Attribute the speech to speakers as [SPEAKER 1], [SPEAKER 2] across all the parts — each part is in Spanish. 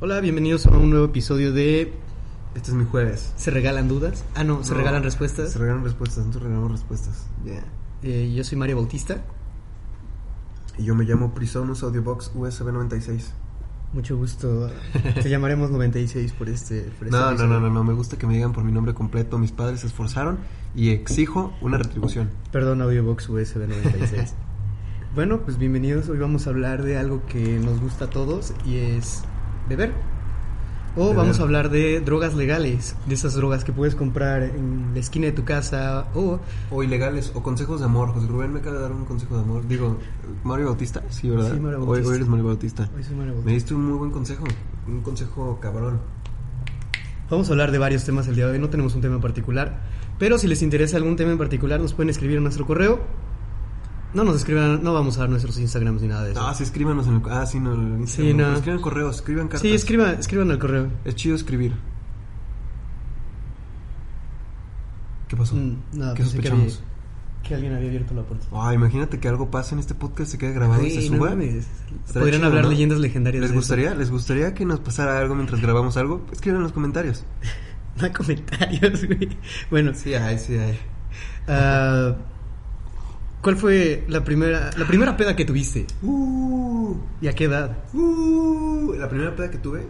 [SPEAKER 1] Hola, bienvenidos a un nuevo episodio de Este es mi jueves.
[SPEAKER 2] ¿Se regalan dudas? Ah, no, se
[SPEAKER 1] No,
[SPEAKER 2] regalan respuestas.
[SPEAKER 1] Se regalan respuestas, nosotros regalamos respuestas. Ya.
[SPEAKER 2] Eh, yo soy Mario Bautista.
[SPEAKER 1] Y yo me llamo Prisonus Audiobox USB 96.
[SPEAKER 2] Mucho gusto. Te llamaremos 96 por este. por este
[SPEAKER 1] No, no,
[SPEAKER 2] episodio.
[SPEAKER 1] no, no, no, me gusta que me digan por mi nombre completo. Mis padres se esforzaron y exijo una retribución.
[SPEAKER 2] Perdón, Audiobox USB 96. bueno, pues bienvenidos. Hoy vamos a hablar de algo que nos gusta a todos y es beber. O
[SPEAKER 1] Beber.
[SPEAKER 2] vamos a hablar de drogas legales, de esas drogas que puedes comprar en la esquina de tu casa o
[SPEAKER 1] O ilegales, o consejos de amor. José Rubén me acaba de dar un consejo de amor. Digo, Mario Bautista, sí, ¿verdad?
[SPEAKER 2] Sí, Mario
[SPEAKER 1] Hoy- Hoy,
[SPEAKER 2] Bautista.
[SPEAKER 1] eres Mario Bautista.
[SPEAKER 2] Hoy soy Mario
[SPEAKER 1] Me
[SPEAKER 2] Bautista.
[SPEAKER 1] diste un muy buen consejo, un consejo cabrón.
[SPEAKER 2] Vamos a hablar de varios temas el día de hoy, no tenemos un tema en particular, pero si les interesa algún tema en particular nos pueden escribir a nuestro correo. No nos escriban, no vamos a dar nuestros Instagrams ni nada de eso.
[SPEAKER 1] Ah, sí, escríbanos en el... Ah, sí, no, en el
[SPEAKER 2] Sí,
[SPEAKER 1] Instagram.
[SPEAKER 2] no.
[SPEAKER 1] Escriban correos, escriban cartas.
[SPEAKER 2] sí, escriban, escriban al correo.
[SPEAKER 1] Es chido escribir. ¿Qué pasó?
[SPEAKER 2] Mm, nada,
[SPEAKER 1] ¿Qué
[SPEAKER 2] pensé que,
[SPEAKER 1] sospechamos?
[SPEAKER 2] había- que alguien había abierto la puerta.
[SPEAKER 1] Ah, imagínate que algo pase en este podcast, se quede grabado y
[SPEAKER 2] Güey,
[SPEAKER 1] se
[SPEAKER 2] no
[SPEAKER 1] suba.
[SPEAKER 2] mames.
[SPEAKER 1] Estaría
[SPEAKER 2] Podrían
[SPEAKER 1] chido,
[SPEAKER 2] hablar
[SPEAKER 1] ¿no?
[SPEAKER 2] leyendas legendarias.
[SPEAKER 1] ¿Les
[SPEAKER 2] de eso.
[SPEAKER 1] gustaría, ¿Les gustaría que nos pasara algo mientras grabamos algo? Escriban en los comentarios.
[SPEAKER 2] No hay comentarios, güey. Bueno,
[SPEAKER 1] Sí, ay, sí, ay.
[SPEAKER 2] ah, ¿cuál fue la primera, la primera peda que tuviste?
[SPEAKER 1] Uh,
[SPEAKER 2] ¿Y a qué edad?
[SPEAKER 1] uh, la primera peda que tuve,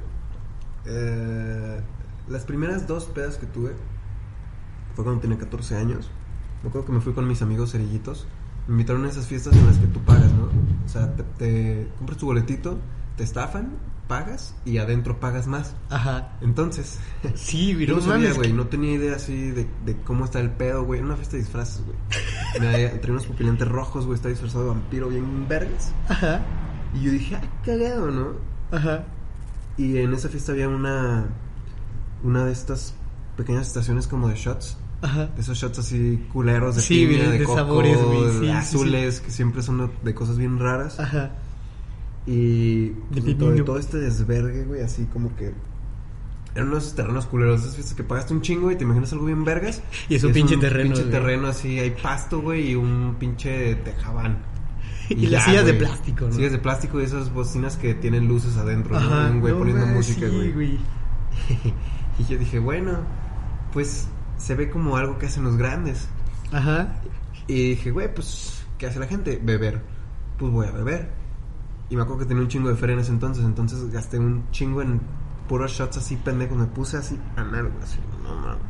[SPEAKER 1] eh, las primeras dos pedas que tuve, fue cuando tenía 14 años. Me acuerdo que me fui con mis amigos cerillitos. Me invitaron a esas fiestas en las que tú pagas, ¿no? O sea, te, te compras tu boletito, te estafan, pagas y adentro pagas más.
[SPEAKER 2] Ajá.
[SPEAKER 1] Entonces,
[SPEAKER 2] Sí, güey,
[SPEAKER 1] yo no
[SPEAKER 2] no
[SPEAKER 1] sabía,
[SPEAKER 2] mames.
[SPEAKER 1] güey, no tenía idea así de, de cómo está el pedo, güey. Era una fiesta de disfraces, güey. Me traía unos pupilantes rojos, güey, estaba disfrazado de vampiro bien vergas.
[SPEAKER 2] Ajá,
[SPEAKER 1] Y yo dije, ah, cagado, ¿no?
[SPEAKER 2] ajá.
[SPEAKER 1] Y en esa fiesta había una, una de estas pequeñas estaciones como de shots.
[SPEAKER 2] Ajá.
[SPEAKER 1] De esos shots así culeros de
[SPEAKER 2] Sí,
[SPEAKER 1] piña,
[SPEAKER 2] güey,
[SPEAKER 1] de,
[SPEAKER 2] de
[SPEAKER 1] coco,
[SPEAKER 2] sabores, güey, sí, sí, sí.
[SPEAKER 1] azules, que siempre son de cosas bien raras.
[SPEAKER 2] Ajá.
[SPEAKER 1] Y pues, de todo,
[SPEAKER 2] pepino.
[SPEAKER 1] todo este desvergue, güey, así como que... Eran unos terrenos culeros, esas fiestas que pagaste un chingo y te imaginas algo bien vergas.
[SPEAKER 2] Y es un pinche terreno,
[SPEAKER 1] pinche
[SPEAKER 2] güey.
[SPEAKER 1] terreno así, hay pasto, güey, y un pinche tejabán.
[SPEAKER 2] Y las
[SPEAKER 1] ya,
[SPEAKER 2] sillas de
[SPEAKER 1] güey.
[SPEAKER 2] plástico, ¿no?
[SPEAKER 1] Sillas de plástico y esas bocinas que tienen luces adentro, ¿no? Y un güey
[SPEAKER 2] no
[SPEAKER 1] poniendo
[SPEAKER 2] mames,
[SPEAKER 1] música,
[SPEAKER 2] sí,
[SPEAKER 1] güey. y yo dije, bueno, pues se ve como algo que hacen los grandes.
[SPEAKER 2] Ajá.
[SPEAKER 1] Y dije, güey, pues, ¿qué hace la gente? Beber. Pues voy a beber. Y me acuerdo que tenía un chingo de feria en ese entonces, entonces gasté un chingo en puros shots así pendejos. Me puse así a nervio, así, no mames.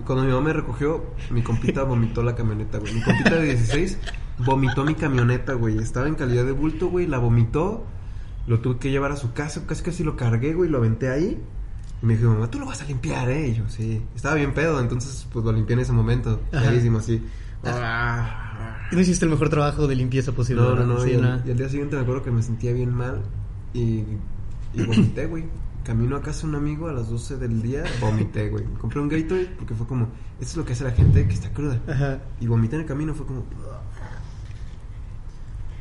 [SPEAKER 1] Y cuando mi mamá me recogió, mi compita vomitó la camioneta, güey. Mi compita de 16 vomitó mi camioneta, güey. Estaba en calidad de bulto, güey, la vomitó. Lo tuve que llevar a su casa, casi casi lo cargué, güey, lo aventé ahí. Y me dijo, mamá, tú lo vas a limpiar, ¿eh? Y yo, sí. Estaba bien pedo, entonces, pues lo limpié en ese momento.
[SPEAKER 2] Ajá.
[SPEAKER 1] Clarísimo, así. Ah.
[SPEAKER 2] No hiciste el mejor trabajo de limpieza posible.
[SPEAKER 1] No, no,
[SPEAKER 2] ¿verdad?
[SPEAKER 1] no.
[SPEAKER 2] Sí,
[SPEAKER 1] y, al-
[SPEAKER 2] nada.
[SPEAKER 1] y al día siguiente me acuerdo que me sentía bien mal y, y vomité, güey. Camino a casa de un amigo a las 12 del día, vomité, güey. Compré un Gatorade porque fue como, esto es lo que hace la gente que está cruda.
[SPEAKER 2] Ajá.
[SPEAKER 1] Y vomité en el camino, fue como...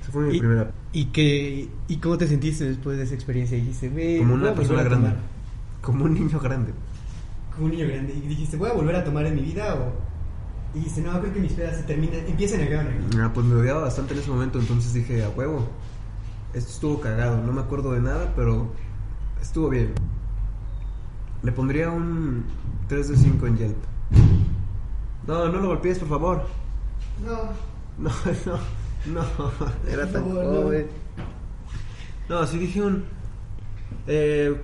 [SPEAKER 1] Esa fue mi
[SPEAKER 2] Y-
[SPEAKER 1] primera...
[SPEAKER 2] ¿Y, qué, ¿Y cómo te sentiste después de esa experiencia? Dijiste, güey.
[SPEAKER 1] Como
[SPEAKER 2] voy a
[SPEAKER 1] una persona
[SPEAKER 2] volver a
[SPEAKER 1] grande.
[SPEAKER 2] tomar.
[SPEAKER 1] Como un niño grande.
[SPEAKER 2] Como un niño grande. Y dijiste, voy a volver a tomar en mi vida o. Y dijiste, no, creo que mis pedas se terminan. Empiezan acá, ¿no?
[SPEAKER 1] Ah, pues me odiaba bastante en ese momento, entonces dije, a huevo, esto estuvo cagado, no me acuerdo de nada, pero estuvo bien. Le pondría un 3 de 5 en Yelp. No, no lo golpees, por favor.
[SPEAKER 2] No.
[SPEAKER 1] No, no, no, era
[SPEAKER 2] Por
[SPEAKER 1] tan
[SPEAKER 2] favor, no.
[SPEAKER 1] joven. No, sí dije un... Eh,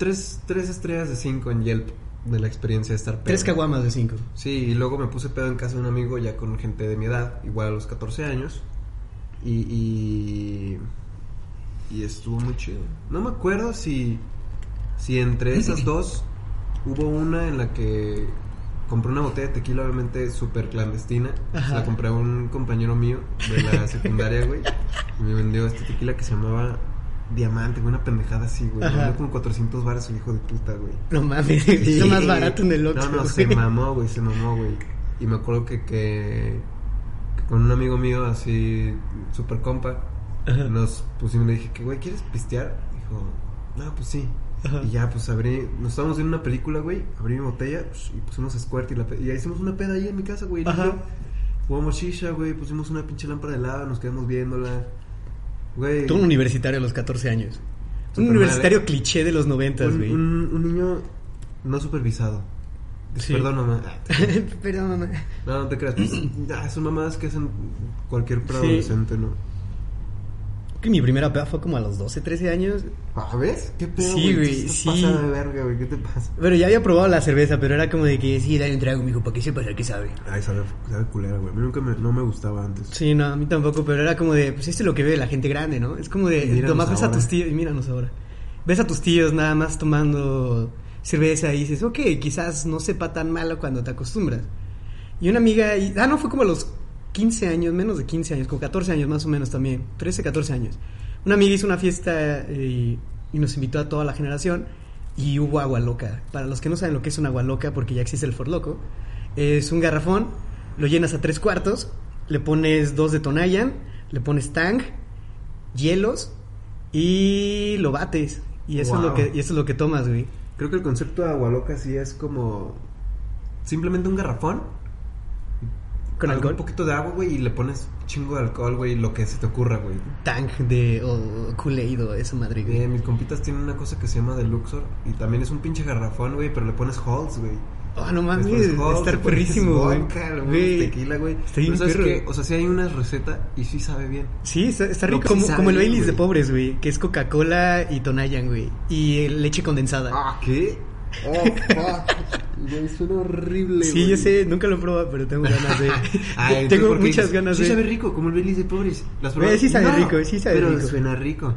[SPEAKER 1] 3, estrellas de 5 en Yelp de la experiencia de estar
[SPEAKER 2] Tres
[SPEAKER 1] pedo.
[SPEAKER 2] caguamas de cinco.
[SPEAKER 1] Sí, y luego me puse pedo en casa de un amigo ya con gente de mi edad, igual a los 14 años. Y, y, y estuvo muy chido. No me acuerdo si, si entre esas dos hubo una en la que compré una botella de tequila, obviamente súper clandestina. Se
[SPEAKER 2] Ajá.
[SPEAKER 1] la compré a un compañero mío de la secundaria, güey. Y me vendió este tequila que se llamaba Diamante, güey, una pendejada así, güey. Me
[SPEAKER 2] Ajá.
[SPEAKER 1] vendió como 400 baros el hijo de puta, güey.
[SPEAKER 2] No mames, es lo más barato en el Oxxo.
[SPEAKER 1] No, no, se
[SPEAKER 2] güey.
[SPEAKER 1] mamó, güey, se mamó, güey. Y me acuerdo que, que, que con un amigo mío, así, super compa,
[SPEAKER 2] Ajá.
[SPEAKER 1] nos pusimos, le dije, que, güey, ¿quieres pistear? Dijo, no, pues sí.
[SPEAKER 2] Ajá.
[SPEAKER 1] Y ya, pues abrí, nos estábamos viendo una película, güey, abrí mi botella pues, y pusimos Squirt y la pe- y ahí hicimos una peda ahí en mi casa, güey. él y
[SPEAKER 2] Ajá.
[SPEAKER 1] yo. Jugamos shisha, güey, pusimos una pinche lámpara de lava, nos quedamos viéndola. Güey.
[SPEAKER 2] Tú un universitario a los 14 años. Un
[SPEAKER 1] Superman,
[SPEAKER 2] universitario
[SPEAKER 1] ¿eh?
[SPEAKER 2] cliché de los noventas,
[SPEAKER 1] un,
[SPEAKER 2] güey.
[SPEAKER 1] un- un niño no supervisado.
[SPEAKER 2] Sí.
[SPEAKER 1] Perdón, mamá.
[SPEAKER 2] Perdón, mamá.
[SPEAKER 1] No, no te creas. Pues, ah, son mamadas que hacen cualquier
[SPEAKER 2] Sí.
[SPEAKER 1] preadolescente, ¿no?
[SPEAKER 2] Que mi primera peda fue como a los 12, 13 años.
[SPEAKER 1] Ah, ¿Ves? ¿Qué pedo,
[SPEAKER 2] Sí,
[SPEAKER 1] güey?
[SPEAKER 2] güey,
[SPEAKER 1] Estás
[SPEAKER 2] sí.
[SPEAKER 1] pasada de verga, güey. ¿Qué te pasa?
[SPEAKER 2] Pero ya había probado la cerveza, pero era como de que sí, dale un trago, mijo, para que sepas a qué sabe.
[SPEAKER 1] Ay, sabe, sabe culera, güey. A mí nunca me, no me gustaba antes.
[SPEAKER 2] Sí, no, a mí tampoco, pero era como de, pues esto es lo que ve la gente grande, ¿no? Es como de,
[SPEAKER 1] Y míranos
[SPEAKER 2] nomás ves a
[SPEAKER 1] ahora.
[SPEAKER 2] tus tíos, y míranos ahora. Ves a tus tíos nada más tomando cerveza y dices, ok, quizás no sepa tan malo cuando te acostumbras. Y una amiga, y- ah, no, fue como a los 15 años, menos de 15 años, como 14 años más o menos también, 13, 14 años. Una amiga hizo una fiesta eh, y nos invitó a toda la generación y hubo agua loca. Para los que no saben lo que es un agua loca, porque ya existe el forloco, es un garrafón, lo llenas a tres cuartos, le pones dos de Tonayan, le pones Tang, hielos y lo bates. Y eso, es lo
[SPEAKER 1] Wow.
[SPEAKER 2] que, y eso es lo que tomas, güey.
[SPEAKER 1] Creo que el concepto de agua loca sí es como simplemente un garrafón.
[SPEAKER 2] Con
[SPEAKER 1] algún
[SPEAKER 2] alcohol.
[SPEAKER 1] poquito de agua, güey, y le pones chingo de alcohol, güey, lo que se te ocurra, güey.
[SPEAKER 2] Tang de o Kool-Aid o esa madre, güey.
[SPEAKER 1] Eh, mis compitas tienen una cosa que se llama de Luxor y también es un pinche garrafón, güey, pero le pones halls, güey.
[SPEAKER 2] Oh, no
[SPEAKER 1] Le
[SPEAKER 2] mames,
[SPEAKER 1] pones
[SPEAKER 2] va a
[SPEAKER 1] Halls, le
[SPEAKER 2] estar
[SPEAKER 1] pones
[SPEAKER 2] perrísimo, güey.
[SPEAKER 1] vodka, le pones
[SPEAKER 2] Güey.
[SPEAKER 1] Tequila, güey.
[SPEAKER 2] Está bien
[SPEAKER 1] Pero sabes
[SPEAKER 2] perro.
[SPEAKER 1] que, o sea, sí hay una receta y sí sabe bien.
[SPEAKER 2] Sí, está, está
[SPEAKER 1] Lo
[SPEAKER 2] rico.
[SPEAKER 1] que
[SPEAKER 2] Como,
[SPEAKER 1] pues sí sabe
[SPEAKER 2] como el
[SPEAKER 1] bien,
[SPEAKER 2] Baileys de
[SPEAKER 1] güey.
[SPEAKER 2] pobres, güey. Que es Coca-Cola y Tonayan, güey. Y eh, leche condensada.
[SPEAKER 1] Ah, ¿qué? Oh, fuck. Güey, suena horrible,
[SPEAKER 2] sí,
[SPEAKER 1] güey.
[SPEAKER 2] yo sé, nunca lo he probado, pero tengo ganas de.
[SPEAKER 1] Ay, entonces,
[SPEAKER 2] tengo
[SPEAKER 1] ¿por qué
[SPEAKER 2] muchas
[SPEAKER 1] dices,
[SPEAKER 2] ganas
[SPEAKER 1] sí
[SPEAKER 2] de.
[SPEAKER 1] sabe rico, como el Baileys de pobres. ¿Las
[SPEAKER 2] Güey,
[SPEAKER 1] probaste?
[SPEAKER 2] sí sabe rico, sí sabe
[SPEAKER 1] pero
[SPEAKER 2] rico.
[SPEAKER 1] suena rico.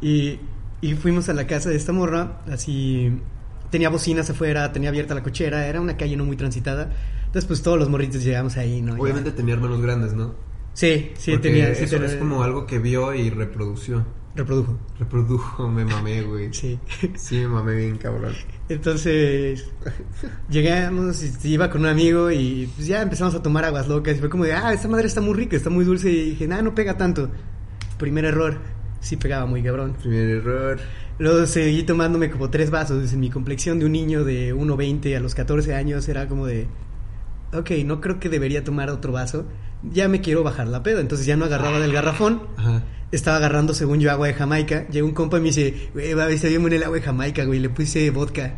[SPEAKER 2] Y, y fuimos a la casa de esta morra, así tenía bocinas afuera, tenía abierta la cochera, era una calle no muy transitada. Entonces, pues todos los morritos llegamos ahí, ¿no? Ya.
[SPEAKER 1] Obviamente tenía hermanos grandes, ¿no?
[SPEAKER 2] Sí, sí,
[SPEAKER 1] Porque
[SPEAKER 2] tenía. sí
[SPEAKER 1] eso
[SPEAKER 2] tenía-
[SPEAKER 1] es como algo que vio y reprodució.
[SPEAKER 2] Reprodujo.
[SPEAKER 1] Reprodujo, me mamé, güey.
[SPEAKER 2] Sí.
[SPEAKER 1] Sí, me mamé bien, cabrón.
[SPEAKER 2] Entonces, llegamos y y iba con un amigo y pues, ya empezamos a tomar aguas locas. Y fue como de, ah, esta madre está muy rica, está muy dulce. Y dije, nah, no pega tanto. Primer error, sí pegaba muy cabrón.
[SPEAKER 1] Primer error.
[SPEAKER 2] Luego seguí tomándome como tres vasos. En mi complexión de un niño de 1,20 a los 14 años era como de, ok, no creo que debería tomar otro vaso. Ya me quiero bajar la peda. Entonces ya no agarraba del garrafón.
[SPEAKER 1] Ajá.
[SPEAKER 2] Estaba agarrando, según yo, agua de Jamaica. Llegó un compa y me dice, güey, va, viste bien en el agua de Jamaica, güey. Le puse vodka.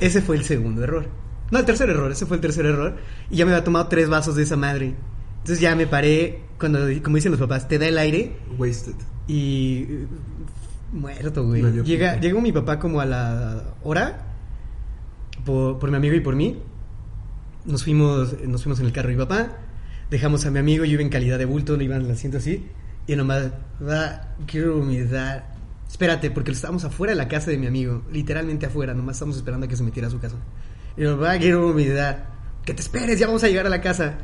[SPEAKER 2] Ese fue el segundo error. No, el tercer error. Ese fue el tercer error. Y ya me había tomado tres vasos de esa madre. Entonces ya me paré. Cuando, como dicen los papás, te da el aire
[SPEAKER 1] Wasted.
[SPEAKER 2] y... eh, Muerto, güey.
[SPEAKER 1] Valió
[SPEAKER 2] Llega,
[SPEAKER 1] pito.
[SPEAKER 2] llegó mi papá como a la hora. Por, por mi amigo y por mí. Nos fuimos, nos fuimos en el carro y papá. Dejamos a mi amigo, yo iba en calidad de bulto, le iba en el asiento así. Y nomás, va, quiero vomitar. Espérate, porque estábamos afuera de la casa de mi amigo. Literalmente afuera, nomás estábamos esperando a que se metiera a su casa. Y yo, va, quiero vomitar. Que te esperes, ya vamos a llegar a la casa.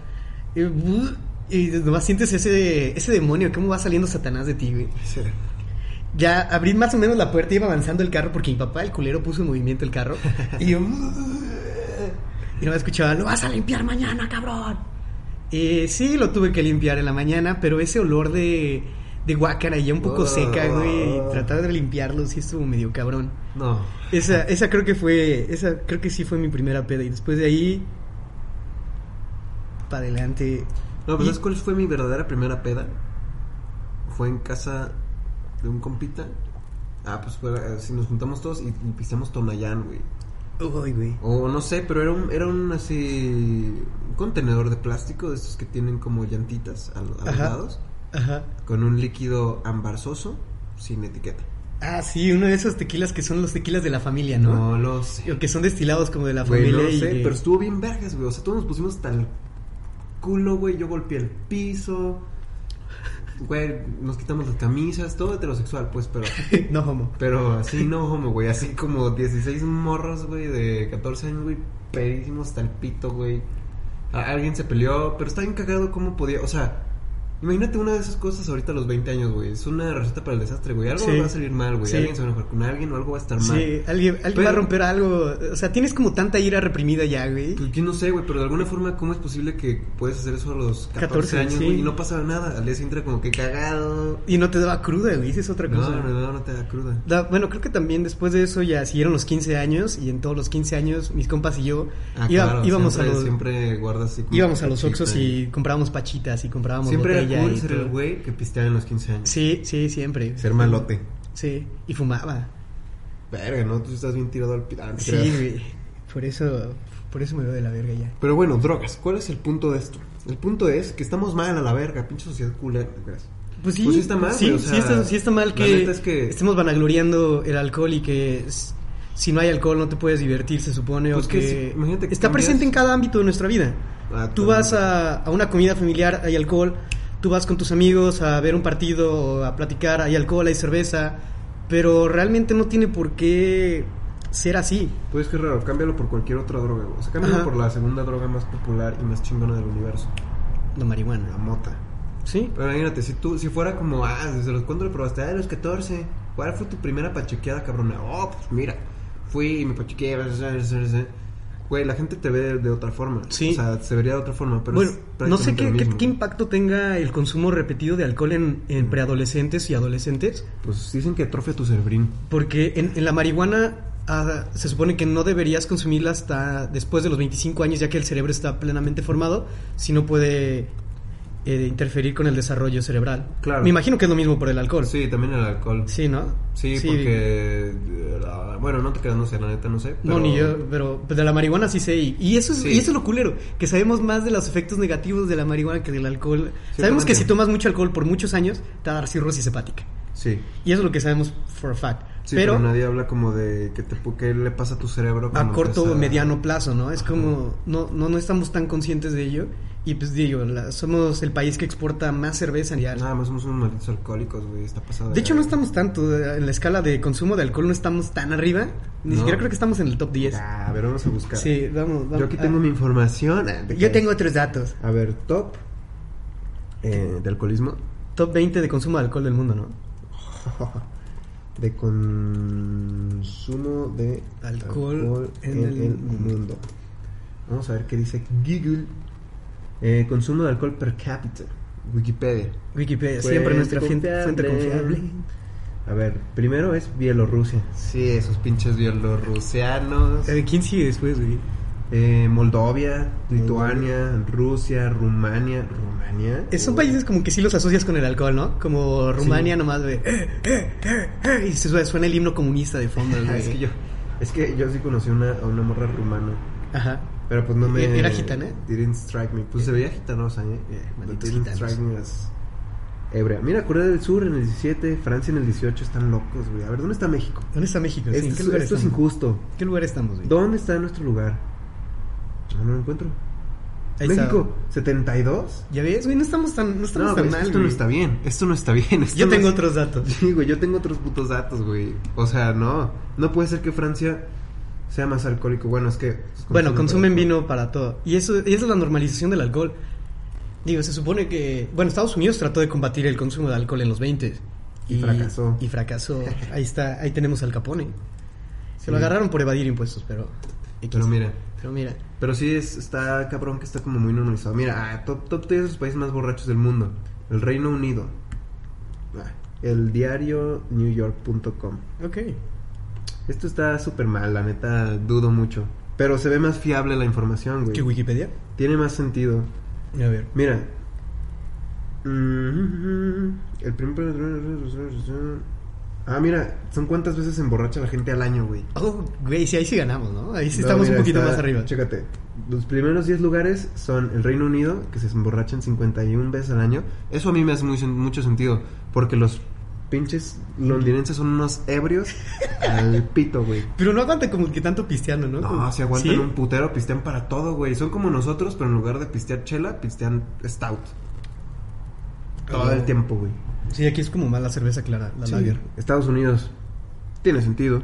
[SPEAKER 2] Y, "Bu", y nomás sientes ese, ese demonio, cómo va saliendo Satanás de ti, güey. Ya abrí más o menos la puerta y iba avanzando el carro porque mi papá, el culero, puso en movimiento el carro. Y yo. Y no me escuchaba, lo vas a limpiar mañana, cabrón. Eh, sí, lo tuve que limpiar en la mañana, pero ese olor de, de guácara y ya un poco
[SPEAKER 1] Oh.
[SPEAKER 2] seca, güey, tratar de limpiarlo sí estuvo medio cabrón.
[SPEAKER 1] No.
[SPEAKER 2] Esa, esa creo que fue, esa creo que sí fue mi primera peda y después de ahí. Para adelante.
[SPEAKER 1] No, pero
[SPEAKER 2] Y-
[SPEAKER 1] ¿sabes cuál fue mi verdadera primera peda? Fue en casa de un compita. Ah, pues fue, así nos juntamos todos y pisamos Tonayán, güey.
[SPEAKER 2] Uy, güey.
[SPEAKER 1] O no sé, pero era un, era un así. Un contenedor de plástico de estos que tienen como llantitas a, lo- a los
[SPEAKER 2] Ajá.
[SPEAKER 1] lados.
[SPEAKER 2] Ajá.
[SPEAKER 1] Con un líquido ambarzoso sin etiqueta.
[SPEAKER 2] Ah, sí, uno de esos tequilas que son los tequilas de la familia, ¿no?
[SPEAKER 1] lo sé.
[SPEAKER 2] O que son destilados como de la
[SPEAKER 1] Güey,
[SPEAKER 2] familia.
[SPEAKER 1] no lo
[SPEAKER 2] y
[SPEAKER 1] sé,
[SPEAKER 2] que-
[SPEAKER 1] pero estuvo bien vergas, güey. O sea, todos nos pusimos hasta el culo, güey. Yo golpeé el piso. Güey, nos quitamos las camisas, todo heterosexual, pues, pero
[SPEAKER 2] no, homo.
[SPEAKER 1] pero así no, homo, güey. Así como 16 morros, güey, de 14 años, güey, pedísimos hasta el pito, güey. A- Alguien se peleó, pero está bien cagado cómo podía. O sea, imagínate una de esas cosas ahorita a los 20 años, güey. Es una receta para el desastre, güey. Algo
[SPEAKER 2] Sí.
[SPEAKER 1] va a salir mal, güey.
[SPEAKER 2] Sí.
[SPEAKER 1] Alguien se va a enojar con alguien o algo va a estar mal.
[SPEAKER 2] Sí, alguien, alguien
[SPEAKER 1] Pero-
[SPEAKER 2] va a romper algo. O sea, tienes como tanta ira reprimida ya, güey.
[SPEAKER 1] Pues yo no sé, güey, pero de alguna forma, ¿cómo es posible que puedes hacer eso a los 14,
[SPEAKER 2] 14,
[SPEAKER 1] años,
[SPEAKER 2] sí.
[SPEAKER 1] güey? Y no pasa nada. Al día siguiente era como que cagado.
[SPEAKER 2] Y no te daba cruda, güey. Esa es otra
[SPEAKER 1] No,
[SPEAKER 2] cosa.
[SPEAKER 1] no, no, no te da cruda.
[SPEAKER 2] Da- bueno, creo que también después de eso ya siguieron los 15 años. Y en todos los 15 años, mis compas y yo
[SPEAKER 1] Ah,
[SPEAKER 2] iba-
[SPEAKER 1] claro,
[SPEAKER 2] íbamos,
[SPEAKER 1] siempre,
[SPEAKER 2] a los,
[SPEAKER 1] Siempre guardas así como
[SPEAKER 2] íbamos a los
[SPEAKER 1] cachita
[SPEAKER 2] Oxxos y comprábamos pachitas y comprábamos
[SPEAKER 1] Mm, eh. Siempre
[SPEAKER 2] botella
[SPEAKER 1] era cool
[SPEAKER 2] y
[SPEAKER 1] ser
[SPEAKER 2] todo.
[SPEAKER 1] el güey que pisteaba en los 15 años.
[SPEAKER 2] Sí, sí, siempre.
[SPEAKER 1] Ser malote.
[SPEAKER 2] Sí, y fumaba.
[SPEAKER 1] Verga, ¿no? Tú estás bien tirado al pitán.
[SPEAKER 2] Sí, güey. Por eso, por eso me veo de la verga ya.
[SPEAKER 1] Pero bueno, drogas. ¿Cuál es el punto de esto? El punto es que estamos mal a la verga, pinche sociedad culera. Gracias.
[SPEAKER 2] Pues sí,
[SPEAKER 1] Pues sí está mal,
[SPEAKER 2] sí,
[SPEAKER 1] güey, o
[SPEAKER 2] sí
[SPEAKER 1] sea,
[SPEAKER 2] está, sí está mal
[SPEAKER 1] la
[SPEAKER 2] que,
[SPEAKER 1] neta es que-
[SPEAKER 2] estemos vanagloriando el alcohol y que s- si no hay alcohol no te puedes divertir, se supone.
[SPEAKER 1] Pues
[SPEAKER 2] o
[SPEAKER 1] que
[SPEAKER 2] que,
[SPEAKER 1] si- imagínate que
[SPEAKER 2] está
[SPEAKER 1] cambias-
[SPEAKER 2] presente en cada ámbito de nuestra vida.
[SPEAKER 1] Ah,
[SPEAKER 2] Tú
[SPEAKER 1] también.
[SPEAKER 2] vas a, a una comida familiar, hay alcohol. Tú vas con tus amigos a ver un partido, o a platicar, hay alcohol, hay cerveza. Pero realmente no tiene por qué ser así.
[SPEAKER 1] Pues es que es raro, cámbialo por cualquier otra droga, güey. O sea, cámbialo
[SPEAKER 2] Ajá.
[SPEAKER 1] por la segunda droga más popular y más chingona del universo,
[SPEAKER 2] La
[SPEAKER 1] la
[SPEAKER 2] marihuana.
[SPEAKER 1] mota.
[SPEAKER 2] ¿Sí?
[SPEAKER 1] Pero imagínate, si tú, si fuera como, ah, desde los cuándo lo probaste, ah, de los 14, ¿cuál fue tu primera pachequeada, cabrona? Oh, pues mira, fui y me pachequeé, bla, bla, bla, bla, bla. güey, la gente te ve de, de otra forma.
[SPEAKER 2] Sí.
[SPEAKER 1] O sea, se vería de otra forma, pero
[SPEAKER 2] bueno,
[SPEAKER 1] es
[SPEAKER 2] no sé qué,
[SPEAKER 1] prácticamente
[SPEAKER 2] qué,
[SPEAKER 1] lo
[SPEAKER 2] qué
[SPEAKER 1] mismo.
[SPEAKER 2] impacto tenga el consumo repetido de alcohol en, en preadolescentes y adolescentes.
[SPEAKER 1] Pues dicen que atrofia tu cerebrín.
[SPEAKER 2] Porque en, en la marihuana ah, se supone que no deberías consumirla hasta después de los 25 años, ya que el cerebro está plenamente formado, si no puede eh, interferir con el desarrollo cerebral.
[SPEAKER 1] Claro.
[SPEAKER 2] Me imagino que es lo mismo por el alcohol.
[SPEAKER 1] Sí, también el alcohol.
[SPEAKER 2] Sí, ¿no?
[SPEAKER 1] Sí, porque. eh, la- Bueno, no te quedas, no sé, la neta, no sé.
[SPEAKER 2] No,
[SPEAKER 1] pero-
[SPEAKER 2] ni yo, pero pues, de la marihuana sí sé. Y, y eso es,
[SPEAKER 1] Sí.
[SPEAKER 2] y eso es lo culero, que sabemos más de los efectos negativos de la marihuana que del alcohol. Sabemos que
[SPEAKER 1] Ciertamente.
[SPEAKER 2] si tomas mucho alcohol por muchos años, te va a dar cirrosis hepática.
[SPEAKER 1] Sí.
[SPEAKER 2] Y eso es lo que sabemos for a fact.
[SPEAKER 1] Sí, pero, nadie habla como de que te, qué le pasa a tu cerebro.
[SPEAKER 2] a
[SPEAKER 1] cuando
[SPEAKER 2] corto o
[SPEAKER 1] empieza-
[SPEAKER 2] mediano plazo, ¿no? Es
[SPEAKER 1] Ajá.
[SPEAKER 2] como, no, no, no estamos tan conscientes de ello. Y pues digo, la- somos el país que exporta más cerveza. Ya.
[SPEAKER 1] Nada más somos unos malditos alcohólicos, güey. Está pasada.
[SPEAKER 2] de hecho, no estamos tanto, eh, en la escala de consumo de alcohol no estamos tan arriba. Ni
[SPEAKER 1] No.
[SPEAKER 2] siquiera creo que estamos en el top 10.
[SPEAKER 1] Ya, a ver, vamos a buscar.
[SPEAKER 2] sí, vamos, vamos.
[SPEAKER 1] Yo aquí
[SPEAKER 2] Ah,
[SPEAKER 1] tengo mi información. Ah,
[SPEAKER 2] yo
[SPEAKER 1] déjame.
[SPEAKER 2] tengo otros datos.
[SPEAKER 1] A ver, top. eh, de alcoholismo.
[SPEAKER 2] Top 20 de consumo de alcohol del mundo, ¿no?
[SPEAKER 1] De consumo de
[SPEAKER 2] Alcohol en el mundo.
[SPEAKER 1] Vamos a ver qué dice Google. Eh, consumo de alcohol per cápita. Wikipedia.
[SPEAKER 2] Wikipedia,
[SPEAKER 1] Fuente
[SPEAKER 2] siempre nuestra fien-
[SPEAKER 1] confiable.
[SPEAKER 2] fuente confiable.
[SPEAKER 1] A ver, primero es Bielorrusia. Sí, esos pinches bielorrusianos.
[SPEAKER 2] Eh, ¿Quién sigue después, güey?
[SPEAKER 1] Eh, Moldovia, Lituania, Rusia, Rumania. ¿Rumania?
[SPEAKER 2] Eh, Son
[SPEAKER 1] Uy.
[SPEAKER 2] países como que sí los asocias con el alcohol, ¿no? Como Rumania nomás de... "Eh, eh, eh, eh", y se suena, suena el himno comunista de fondo,
[SPEAKER 1] Ah,
[SPEAKER 2] güey.
[SPEAKER 1] es que yo, es que yo sí conocí una, a una morra rumana.
[SPEAKER 2] Ajá.
[SPEAKER 1] Pero pues no me.
[SPEAKER 2] ¿Era gitana?
[SPEAKER 1] Didn't strike me. Pues se veía gitanosa, ¿eh? Yeah, but
[SPEAKER 2] Malditos
[SPEAKER 1] didn't
[SPEAKER 2] gitanos.
[SPEAKER 1] strike me as ebria. Mira, Corea del Sur en el 17, Francia en el 18. Están locos, güey. A ver, ¿dónde está México?
[SPEAKER 2] ¿Dónde está México? Sí, ¿En qué
[SPEAKER 1] esto
[SPEAKER 2] lugar
[SPEAKER 1] es, esto es
[SPEAKER 2] estamos?
[SPEAKER 1] injusto.
[SPEAKER 2] ¿Qué lugar estamos, güey?
[SPEAKER 1] ¿Dónde está nuestro lugar? No, no lo encuentro.
[SPEAKER 2] Ahí está.
[SPEAKER 1] México, 72.
[SPEAKER 2] ¿Ya ves, güey? No estamos tan, no estamos
[SPEAKER 1] No,
[SPEAKER 2] tan
[SPEAKER 1] güey,
[SPEAKER 2] mal,
[SPEAKER 1] esto no
[SPEAKER 2] güey.
[SPEAKER 1] está bien. Esto no está bien. esto
[SPEAKER 2] Yo
[SPEAKER 1] no
[SPEAKER 2] tengo
[SPEAKER 1] es-
[SPEAKER 2] otros datos.
[SPEAKER 1] Sí, güey, yo tengo otros putos datos, güey. O sea, no. No puede ser que Francia sea más alcohólico. Bueno, es que.
[SPEAKER 2] Bueno, consumen
[SPEAKER 1] alcohol.
[SPEAKER 2] vino para todo. Y eso, y esa es la normalización del alcohol. Digo, se supone que... Bueno, Estados Unidos trató de combatir el consumo de alcohol en los 20.
[SPEAKER 1] Y fracasó.
[SPEAKER 2] Y fracasó. Ahí está, ahí tenemos al Capone. Se
[SPEAKER 1] Sí.
[SPEAKER 2] lo agarraron por evadir impuestos, pero... X.
[SPEAKER 1] Pero mira.
[SPEAKER 2] Pero mira.
[SPEAKER 1] Pero sí es, está cabrón que está como muy normalizado. Mira, ah, top, top 10 de los países más borrachos del mundo. El Reino Unido. Ah, El diario newyork.com.
[SPEAKER 2] Ok.
[SPEAKER 1] Esto está súper mal, la neta, dudo mucho. Pero se ve más fiable la información,
[SPEAKER 2] ¿Qué
[SPEAKER 1] güey.
[SPEAKER 2] Wikipedia?
[SPEAKER 1] Tiene más sentido.
[SPEAKER 2] A ver.
[SPEAKER 1] Mira. Mm, El primer... Ah, mira, son cuántas veces se emborracha la gente al año, güey.
[SPEAKER 2] Oh, güey, sí, ahí sí ganamos, ¿no? Ahí sí
[SPEAKER 1] No,
[SPEAKER 2] estamos
[SPEAKER 1] mira,
[SPEAKER 2] un poquito
[SPEAKER 1] está-
[SPEAKER 2] más arriba.
[SPEAKER 1] Chécate. Los primeros 10 lugares son el Reino Unido, que se emborrachan 51 veces al año. Eso a mí me hace muy sen- mucho sentido, porque los pinches londinenses son unos ebrios al pito, güey.
[SPEAKER 2] Pero no aguanta como que tanto pisteando, ¿no?
[SPEAKER 1] No,
[SPEAKER 2] Como-
[SPEAKER 1] se aguantan
[SPEAKER 2] ¿Sí?
[SPEAKER 1] un putero, pistean para todo, güey. Son como nosotros, pero en lugar de pistear chela, pistean stout. Todo
[SPEAKER 2] Ah.
[SPEAKER 1] el tiempo, güey.
[SPEAKER 2] Sí, aquí es como más la cerveza clara, la
[SPEAKER 1] Sí.
[SPEAKER 2] lager.
[SPEAKER 1] Estados Unidos tiene sentido.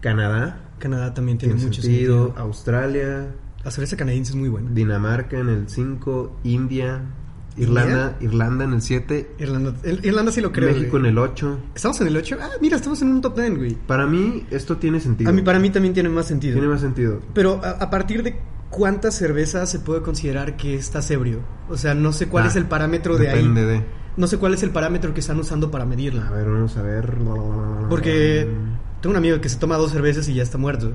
[SPEAKER 1] Canadá
[SPEAKER 2] Canadá también tiene
[SPEAKER 1] tiene,
[SPEAKER 2] mucho
[SPEAKER 1] sentido.
[SPEAKER 2] sentido.
[SPEAKER 1] Australia,
[SPEAKER 2] La cerveza canadiense es muy buena.
[SPEAKER 1] Dinamarca en el 5, India, Irlanda, Irlanda en el 7,
[SPEAKER 2] Irlanda, el- Irlanda sí lo creo.
[SPEAKER 1] México
[SPEAKER 2] güey.
[SPEAKER 1] en el 8.
[SPEAKER 2] Estamos en el 8. Ah, mira, estamos en un top 10, güey.
[SPEAKER 1] Para mí esto tiene sentido.
[SPEAKER 2] A mí, para mí también tiene más sentido.
[SPEAKER 1] tiene más sentido.
[SPEAKER 2] Pero a, a partir de cuántas cervezas se puede considerar que estás ebrio. O sea, no sé cuál
[SPEAKER 1] Ah,
[SPEAKER 2] es el parámetro de ahí.
[SPEAKER 1] Depende de.
[SPEAKER 2] No sé cuál es el parámetro que están usando para medirla.
[SPEAKER 1] A ver, vamos a ver.
[SPEAKER 2] Porque tengo un amigo que se toma dos cervezas y ya está muerto.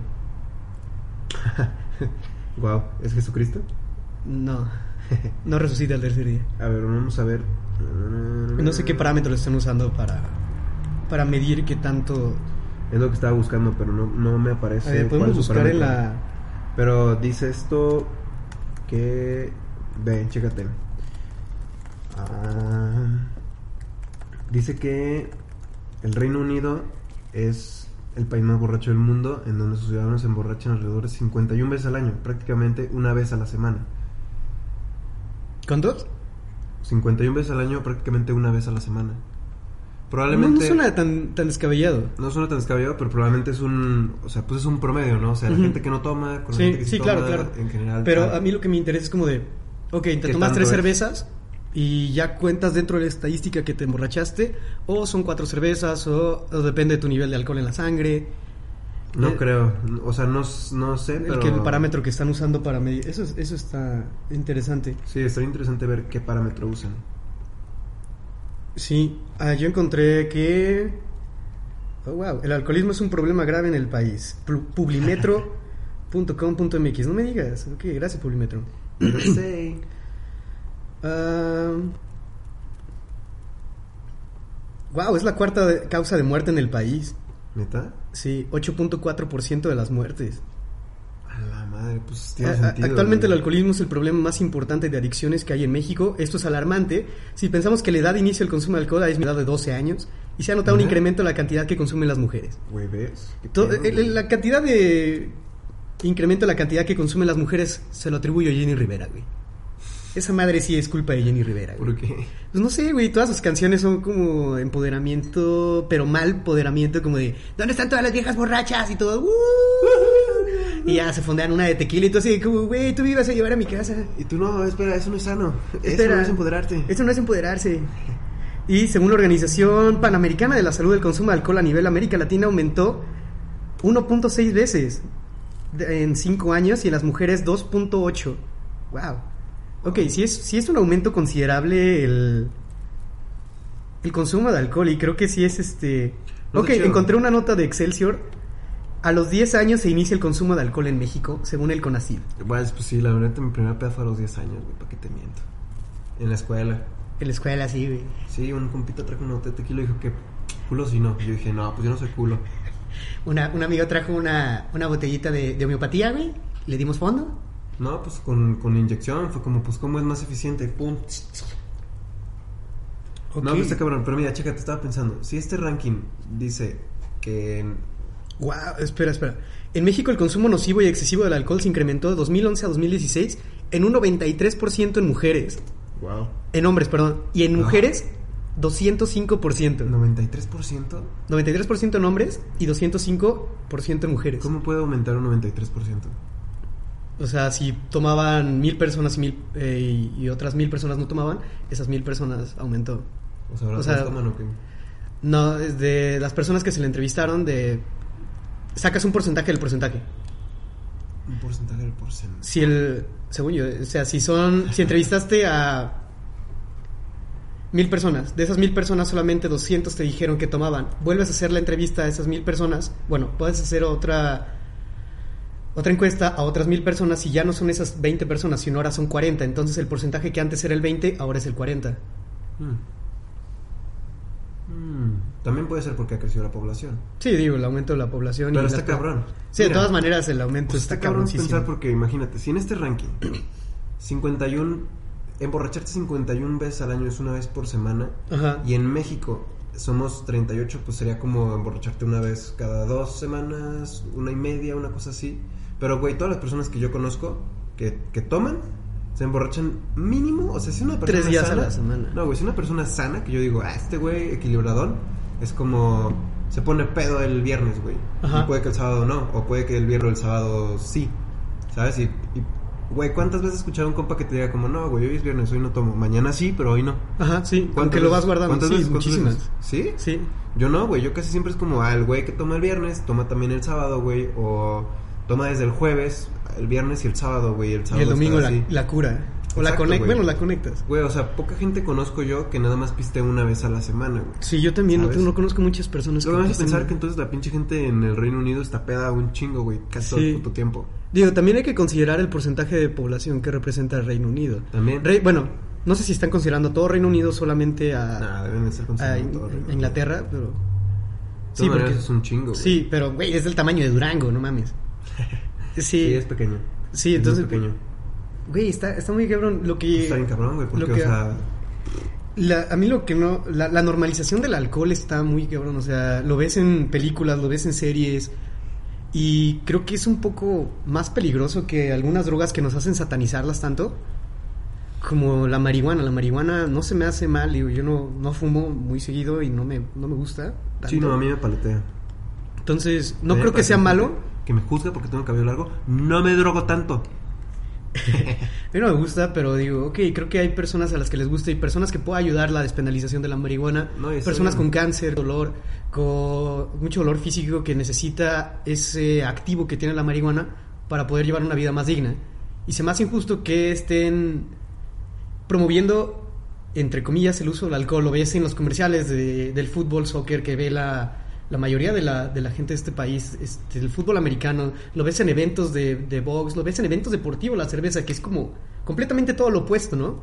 [SPEAKER 1] Wow, ¿es Jesucristo?
[SPEAKER 2] No, no resucita al tercer día.
[SPEAKER 1] A ver, vamos a ver.
[SPEAKER 2] No sé qué parámetros están usando para, para medir qué tanto.
[SPEAKER 1] Es lo que estaba buscando, pero no, no me
[SPEAKER 2] A
[SPEAKER 1] aparece.
[SPEAKER 2] ver,
[SPEAKER 1] cuál
[SPEAKER 2] podemos
[SPEAKER 1] es su
[SPEAKER 2] buscar en
[SPEAKER 1] parámetro.
[SPEAKER 2] la.
[SPEAKER 1] Pero dice esto que... Ve, chécate. Ah, dice que el Reino Unido es el país más borracho del mundo, en donde sus ciudadanos se emborrachan alrededor de 51 veces al año, prácticamente una vez a la semana.
[SPEAKER 2] ¿Cuántos?
[SPEAKER 1] 51 veces al año, prácticamente una vez a la semana.
[SPEAKER 2] No,
[SPEAKER 1] Probablemente...
[SPEAKER 2] no suena tan, tan descabellado.
[SPEAKER 1] No suena tan descabellado, pero probablemente es un... O sea, pues es un promedio, ¿no? O sea, la
[SPEAKER 2] Ujú.
[SPEAKER 1] gente que no toma, con la
[SPEAKER 2] Sí,
[SPEAKER 1] gente que sí,
[SPEAKER 2] sí,
[SPEAKER 1] toma,
[SPEAKER 2] claro, claro.
[SPEAKER 1] en general...
[SPEAKER 2] Pero
[SPEAKER 1] tal.
[SPEAKER 2] a mí lo que me interesa es como de, ok, te
[SPEAKER 1] ¿Qué
[SPEAKER 2] tomas tres
[SPEAKER 1] tanto es?
[SPEAKER 2] cervezas y ya cuentas dentro de la estadística que te emborrachaste, o son cuatro cervezas, o, o depende de tu nivel de alcohol en la sangre,
[SPEAKER 1] No
[SPEAKER 2] Eh,
[SPEAKER 1] creo, o sea, no, s- no sé,
[SPEAKER 2] el,
[SPEAKER 1] pero...
[SPEAKER 2] que- el parámetro que están usando para medir. Eso, es- eso está interesante.
[SPEAKER 1] Sí, estaría interesante ver qué parámetro usan.
[SPEAKER 2] Sí, ah, yo encontré que... Oh, wow, el alcoholismo es un problema grave en el país. Pu- Publimetro.com.mx, no me digas. Ok, gracias Publimetro.
[SPEAKER 1] No sé.
[SPEAKER 2] Ah, wow, es la cuarta de- causa de muerte en el país.
[SPEAKER 1] ¿Neta?
[SPEAKER 2] Sí, 8.4% de las muertes.
[SPEAKER 1] A la madre, pues tiene
[SPEAKER 2] A- a-
[SPEAKER 1] sentido.
[SPEAKER 2] actualmente el
[SPEAKER 1] güey.
[SPEAKER 2] alcoholismo es el problema más importante de adicciones que hay en México. Esto es alarmante. Si pensamos que la edad de inicio del consumo de alcohol es la edad de 12 años y se ha notado un
[SPEAKER 1] Ajá.
[SPEAKER 2] incremento en la cantidad que consumen las mujeres.
[SPEAKER 1] Güey, ¿ves? ¿Qué
[SPEAKER 2] To-
[SPEAKER 1] pedo,
[SPEAKER 2] el-
[SPEAKER 1] güey?
[SPEAKER 2] el- la cantidad de incremento en la cantidad que consumen las mujeres se lo atribuyo a Jenny Rivera, güey. Esa madre sí es culpa de Jenny Rivera. güey.
[SPEAKER 1] ¿Por qué?
[SPEAKER 2] Pues no sé, güey, todas sus canciones son como empoderamiento, pero mal empoderamiento, como de ¿Dónde están todas las viejas borrachas? y todo. "Uh". y ya se fondean una de tequila y todo así, como, güey, tú me ibas a llevar a mi casa.
[SPEAKER 1] Y tú no, espera, eso no es sano. eso
[SPEAKER 2] Espera.
[SPEAKER 1] no es empoderarte.
[SPEAKER 2] Eso no es empoderarse. Y según la Organización Panamericana de la Salud, el consumo de alcohol a nivel América Latina aumentó 1.6 veces de- en 5 años y en las mujeres 2.8. ¡Wow! Ok, sí es, sí es un aumento considerable el, el consumo de alcohol y creo que sí es este...
[SPEAKER 1] No
[SPEAKER 2] ok,
[SPEAKER 1] está chido.
[SPEAKER 2] encontré una nota de Excelsior. A los 10 años se inicia el consumo de alcohol en México, según el CONACYT.
[SPEAKER 1] Bueno, pues sí, la verdad, mi primera peda fue a los 10 años, güey, ¿para qué te miento? En la escuela.
[SPEAKER 2] En la escuela, sí, güey.
[SPEAKER 1] Sí, un compito trajo una botella de tequila y dijo que culo si no. Yo dije, no, pues yo no soy culo.
[SPEAKER 2] Una, un amigo trajo una, una botellita de, de homeopatía, güey. Le dimos fondo.
[SPEAKER 1] No, pues con, con inyección fue como, pues, ¿cómo es más eficiente? Pum. No, pues está cabrón, pero mira, chécate, estaba pensando. Si este ranking dice que en-
[SPEAKER 2] Guau, espera, espera. En México el consumo nocivo y excesivo del alcohol se incrementó de 2011 a 2016 en un 93% en mujeres.
[SPEAKER 1] Wow.
[SPEAKER 2] En hombres, perdón. Y en
[SPEAKER 1] Ah.
[SPEAKER 2] mujeres, 205%.
[SPEAKER 1] 93%.
[SPEAKER 2] 93% en hombres y 205% en mujeres.
[SPEAKER 1] ¿Cómo puede aumentar un 93%?
[SPEAKER 2] O sea, si tomaban mil personas y, mil, eh, y- y otras mil personas no tomaban, esas mil personas aumentó.
[SPEAKER 1] O sea, ahora
[SPEAKER 2] O
[SPEAKER 1] todos
[SPEAKER 2] sea-
[SPEAKER 1] toman o qué?
[SPEAKER 2] No, es de las personas que se le entrevistaron, de sacas un porcentaje del porcentaje.
[SPEAKER 1] un porcentaje del porcentaje.
[SPEAKER 2] Si el, según yo, o sea, si son, si entrevistaste a mil personas, de esas mil personas solamente 200 te dijeron que tomaban. Vuelves a hacer la entrevista a esas mil personas, bueno, puedes hacer otra otra encuesta a otras mil personas y ya no son esas 20 personas, sino ahora son 40. Entonces el porcentaje que antes era el 20, ahora es el 40.
[SPEAKER 1] Mm. Mm. Hmm. También puede ser porque ha crecido la población.
[SPEAKER 2] Sí, digo, el aumento de la población. y
[SPEAKER 1] Pero
[SPEAKER 2] la-
[SPEAKER 1] está cabrón.
[SPEAKER 2] Sí, de
[SPEAKER 1] Mira,
[SPEAKER 2] todas maneras el aumento
[SPEAKER 1] Pues
[SPEAKER 2] está,
[SPEAKER 1] está cabrón
[SPEAKER 2] cabroncísimo.
[SPEAKER 1] pensar porque imagínate, si en este ranking 51 emborracharte 51 veces al año es una vez por semana
[SPEAKER 2] Ajá.
[SPEAKER 1] y en México somos 38, pues sería como emborracharte una vez cada dos semanas, una y media, una cosa así. Pero güey, todas las personas que yo conozco que, que toman se emborrachan mínimo, o sea, si una persona
[SPEAKER 2] Tres días a
[SPEAKER 1] sana-
[SPEAKER 2] la semana.
[SPEAKER 1] No, güey, si una persona sana que yo digo, "Ah, este güey equilibradón", es como se pone pedo el viernes, güey.
[SPEAKER 2] Ajá.
[SPEAKER 1] Y puede que el sábado no, o puede que el viernes o el sábado sí, ¿sabes? Y, y, güey, ¿cuántas veces escuchado a un compa que te diga como, no, güey, hoy es viernes, hoy no tomo, mañana sí, pero hoy no?
[SPEAKER 2] Ajá, sí, aunque
[SPEAKER 1] ¿Cuántas
[SPEAKER 2] lo
[SPEAKER 1] veces-
[SPEAKER 2] vas guardando,
[SPEAKER 1] cuántas
[SPEAKER 2] sí,
[SPEAKER 1] veces- cuántas
[SPEAKER 2] muchísimas.
[SPEAKER 1] veces? ¿Sí?
[SPEAKER 2] Sí,
[SPEAKER 1] Yo no, güey, yo casi siempre es como, ah, el güey que toma el viernes, toma también el sábado, güey, o toma desde el jueves, el viernes y el sábado, güey, el sábado.
[SPEAKER 2] y el domingo
[SPEAKER 1] está
[SPEAKER 2] la,
[SPEAKER 1] así.
[SPEAKER 2] la cura. O la
[SPEAKER 1] Exacto,
[SPEAKER 2] conectas,
[SPEAKER 1] güey.
[SPEAKER 2] bueno, la conectas.
[SPEAKER 1] Güey, o sea, poca gente conozco yo que nada más piste una vez a la semana, güey.
[SPEAKER 2] Sí, yo también no,
[SPEAKER 1] ¿Sabes?
[SPEAKER 2] tengo- no conozco muchas personas
[SPEAKER 1] Luego me hace
[SPEAKER 2] pasen-
[SPEAKER 1] pensar que entonces la pinche gente en el Reino Unido está peda un chingo, güey, casi todo
[SPEAKER 2] Sí.
[SPEAKER 1] el puto tiempo.
[SPEAKER 2] Digo, también hay que considerar el porcentaje de población que representa el Reino Unido.
[SPEAKER 1] También.
[SPEAKER 2] Re- bueno, no sé si están considerando todo Reino Unido solamente a,
[SPEAKER 1] Nah, deben de ser
[SPEAKER 2] a
[SPEAKER 1] considerados
[SPEAKER 2] In-
[SPEAKER 1] todo el Reino
[SPEAKER 2] a Inglaterra, pero
[SPEAKER 1] sí, porque es un chingo. güey.
[SPEAKER 2] Sí, pero güey, es del tamaño de Durango, no mames. Sí,
[SPEAKER 1] Sí,
[SPEAKER 2] sí,
[SPEAKER 1] es pequeño. Es
[SPEAKER 2] entonces,
[SPEAKER 1] muy pequeño. Pues
[SPEAKER 2] güey, está, está muy cabrón. Lo que
[SPEAKER 1] Está bien cabrón, güey, porque,
[SPEAKER 2] lo
[SPEAKER 1] o
[SPEAKER 2] que-
[SPEAKER 1] sea,
[SPEAKER 2] La- a mí lo que no. La, la normalización del alcohol está muy cabrón. O sea, lo ves en películas, lo ves en series. Y creo que es un poco más peligroso que algunas drogas que nos hacen satanizarlas tanto. Como la marihuana. La marihuana no se me hace mal. digo, yo no, no fumo muy seguido y no me, no me gusta. tanto.
[SPEAKER 1] sí, no, a mí me paletea.
[SPEAKER 2] Entonces, no
[SPEAKER 1] Me
[SPEAKER 2] creo que
[SPEAKER 1] parece
[SPEAKER 2] sea malo.
[SPEAKER 1] Eh, Que me juzga porque tengo cabello largo. No me drogo tanto.
[SPEAKER 2] A mí no me gusta, pero digo, ok, creo que hay personas a las que les gusta y personas que pueda ayudar la despenalización de la marihuana.
[SPEAKER 1] No, y eso
[SPEAKER 2] personas
[SPEAKER 1] ya-
[SPEAKER 2] con cáncer, dolor, con mucho dolor físico que necesita ese activo que tiene la marihuana para poder llevar una vida más digna. Y se me hace injusto que estén promoviendo, entre comillas, el uso del alcohol. Lo ves en los comerciales de- del fútbol, soccer, que ve la, la mayoría de la, de la gente de este país, este, el fútbol americano. Lo ves en eventos de, de box, lo ves en eventos deportivos, la cerveza, que es como completamente todo lo opuesto, ¿no?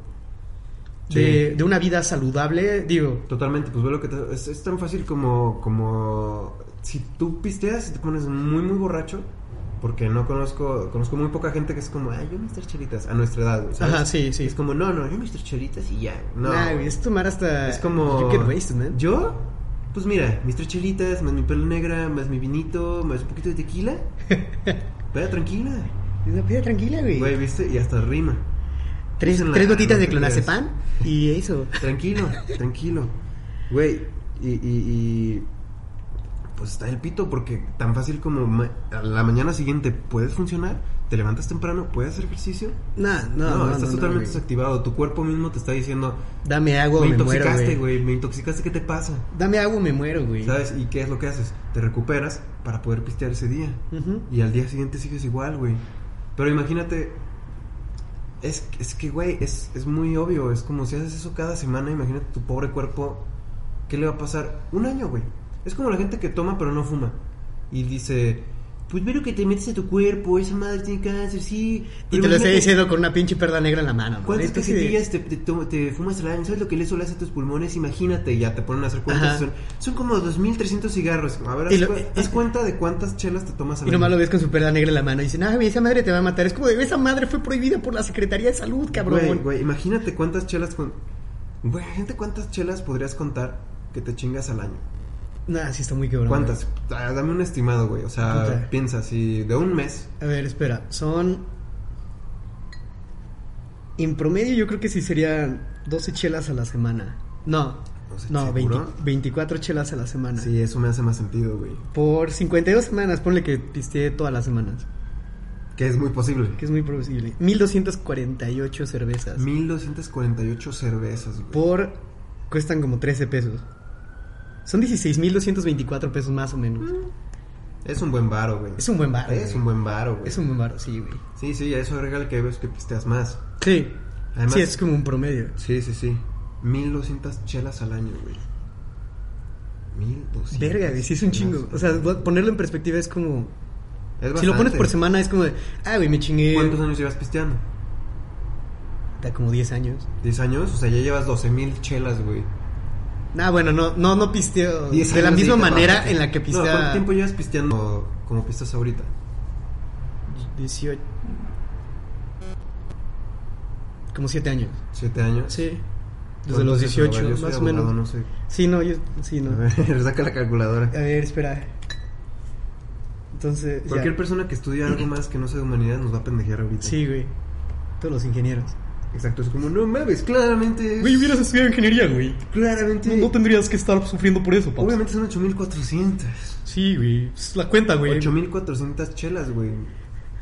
[SPEAKER 2] De,
[SPEAKER 1] Sí.
[SPEAKER 2] de una vida saludable, digo.
[SPEAKER 1] Totalmente, pues ve lo que te- es, es tan fácil como como si tú pisteas y te pones muy muy borracho, porque no conozco conozco muy poca gente que es como, "Ah, yo me estoy chelitas" a nuestra edad, güey, ¿sabes?
[SPEAKER 2] Ajá, sí, sí.
[SPEAKER 1] Es como, "No, no, yo me estoy chelitas y ya." No.
[SPEAKER 2] Nah, güey, es tomar hasta.
[SPEAKER 1] es como
[SPEAKER 2] You get wasted, man.
[SPEAKER 1] Yo pues mira, mis tres chelitas, más mi pelo negra, más mi vinito, más un poquito de tequila. Pero tranquila.
[SPEAKER 2] Es una peda tranquila, güey.
[SPEAKER 1] Güey, ¿viste? Y hasta rima.
[SPEAKER 2] tres
[SPEAKER 1] en la-
[SPEAKER 2] tres gotitas
[SPEAKER 1] no
[SPEAKER 2] de
[SPEAKER 1] te creas.
[SPEAKER 2] clonazepam y eso.
[SPEAKER 1] Tranquilo, tranquilo. Güey, y, y, y, Pues está el pito, porque tan fácil como ma- a la mañana siguiente puedes funcionar, te levantas temprano, puedes hacer ejercicio.
[SPEAKER 2] Nah, no,
[SPEAKER 1] No,
[SPEAKER 2] no, no,
[SPEAKER 1] estás
[SPEAKER 2] no,
[SPEAKER 1] totalmente
[SPEAKER 2] güey.
[SPEAKER 1] desactivado. Tu cuerpo mismo te está diciendo:
[SPEAKER 2] Dame agua o
[SPEAKER 1] Me
[SPEAKER 2] me muero,
[SPEAKER 1] intoxicaste,
[SPEAKER 2] güey.
[SPEAKER 1] güey, me intoxicaste, ¿qué te pasa?
[SPEAKER 2] Dame agua o me muero, güey.
[SPEAKER 1] ¿Sabes? ¿Y qué es lo que haces? Te recuperas para poder pistear ese día.
[SPEAKER 2] Ujú.
[SPEAKER 1] Y al día siguiente sigues igual, güey. Pero imagínate. Es, es que, güey, es, es muy obvio. Es como si haces eso cada semana. Imagínate tu pobre cuerpo. ¿Qué le va a pasar? Un año, güey. Es como la gente que toma pero no fuma. Y dice. Pues mira que te metes a tu cuerpo, esa madre tiene cáncer, sí.
[SPEAKER 2] Y te
[SPEAKER 1] pero
[SPEAKER 2] lo estoy
[SPEAKER 1] imagínate
[SPEAKER 2] diciendo con una pinche perla negra en la mano. güey.
[SPEAKER 1] ¿Cuántas
[SPEAKER 2] Es que sí de-
[SPEAKER 1] cajetillas te, te, to- te fumas al año? ¿Sabes lo que le eso le hace a tus pulmones? Imagínate, ya te ponen a hacer
[SPEAKER 2] Ajá.
[SPEAKER 1] cuentas. Son, son como 2.300 cigarros. A ver,
[SPEAKER 2] Y
[SPEAKER 1] haz,
[SPEAKER 2] lo- eh,
[SPEAKER 1] cu- haz cuenta de cuántas chelas te tomas al
[SPEAKER 2] Y
[SPEAKER 1] año.
[SPEAKER 2] nomás lo ves con su perla negra en la mano y dicen, ah, güey, esa madre te va a matar. Es como, de, esa madre fue prohibida por la Secretaría de Salud, cabrón.
[SPEAKER 1] Güey, güey, imagínate cuántas chelas con... Güey, gente, ¿cuántas chelas podrías contar que te chingas al año?
[SPEAKER 2] Nah, sí está muy cabrón.
[SPEAKER 1] ¿Cuántas? Ah, Dame un estimado, güey. O sea,
[SPEAKER 2] Puta.
[SPEAKER 1] piensa, si de un mes...
[SPEAKER 2] güey. A ver, espera, son... En promedio yo creo que sí serían 12 chelas a la semana. No,
[SPEAKER 1] No sé,
[SPEAKER 2] no,
[SPEAKER 1] ¿seguro?
[SPEAKER 2] 20 24 chelas a la semana.
[SPEAKER 1] Sí, eso me hace más sentido, güey.
[SPEAKER 2] Por 52 semanas, ponle que pisteé todas las semanas,
[SPEAKER 1] Que es muy posible.
[SPEAKER 2] que es muy posible. 1248 cervezas.
[SPEAKER 1] 1.248 cervezas, güey.
[SPEAKER 2] por cuestan como 13 pesos. Son 16.224 pesos más o menos.
[SPEAKER 1] Es un buen varo, güey.
[SPEAKER 2] Es un buen varo.
[SPEAKER 1] Mm. Es
[SPEAKER 2] güey.
[SPEAKER 1] un buen varo, güey.
[SPEAKER 2] Es un buen varo, sí, güey.
[SPEAKER 1] Sí, sí, a eso agrégale que hay veces que pisteas más.
[SPEAKER 2] Sí.
[SPEAKER 1] Además-
[SPEAKER 2] sí, es como un promedio.
[SPEAKER 1] Sí, sí, sí. 1200 chelas al año, güey. 1200.
[SPEAKER 2] Verga, güey, sí es un chingo. O sea, bo- ponerlo en perspectiva es como...
[SPEAKER 1] Es
[SPEAKER 2] Si lo pones
[SPEAKER 1] bastante.
[SPEAKER 2] por semana es como de... Ah, güey, me chingué...
[SPEAKER 1] ¿Cuántos años llevas pisteando?
[SPEAKER 2] Da como 10 años.
[SPEAKER 1] ¿10 años? O sea, ya llevas 12000 chelas, güey.
[SPEAKER 2] Nah, bueno, no, no, no pisteo
[SPEAKER 1] 10
[SPEAKER 2] de la
[SPEAKER 1] años
[SPEAKER 2] misma
[SPEAKER 1] ahorita
[SPEAKER 2] manera
[SPEAKER 1] bájate.
[SPEAKER 2] en la que
[SPEAKER 1] No,
[SPEAKER 2] pistea...
[SPEAKER 1] ¿Cuánto tiempo llevas pisteando como pistas ahorita?
[SPEAKER 2] 18... Como 7 años.
[SPEAKER 1] ¿7 años?
[SPEAKER 2] Sí. Desde
[SPEAKER 1] ¿Cuántos
[SPEAKER 2] los
[SPEAKER 1] es? A
[SPEAKER 2] 18,
[SPEAKER 1] ver, yo soy
[SPEAKER 2] más o
[SPEAKER 1] abogado,
[SPEAKER 2] menos.
[SPEAKER 1] No sé.
[SPEAKER 2] Sí, no, yo... Sí, no.
[SPEAKER 1] A ver, saca la calculadora.
[SPEAKER 2] A ver, espera. Entonces. ya.
[SPEAKER 1] Cualquier persona que estudie algo más que no sea de humanidad nos va a pendejear ahorita.
[SPEAKER 2] Sí, güey. Todos los ingenieros.
[SPEAKER 1] Exacto, es como, no mames, claramente. es-
[SPEAKER 2] hubieras estudiado ingeniería, güey.
[SPEAKER 1] Claramente.
[SPEAKER 2] tendrías que estar sufriendo por eso,
[SPEAKER 1] Obviamente son 8400.
[SPEAKER 2] Sí, güey. Es La cuenta, güey.
[SPEAKER 1] 8400 chelas, güey.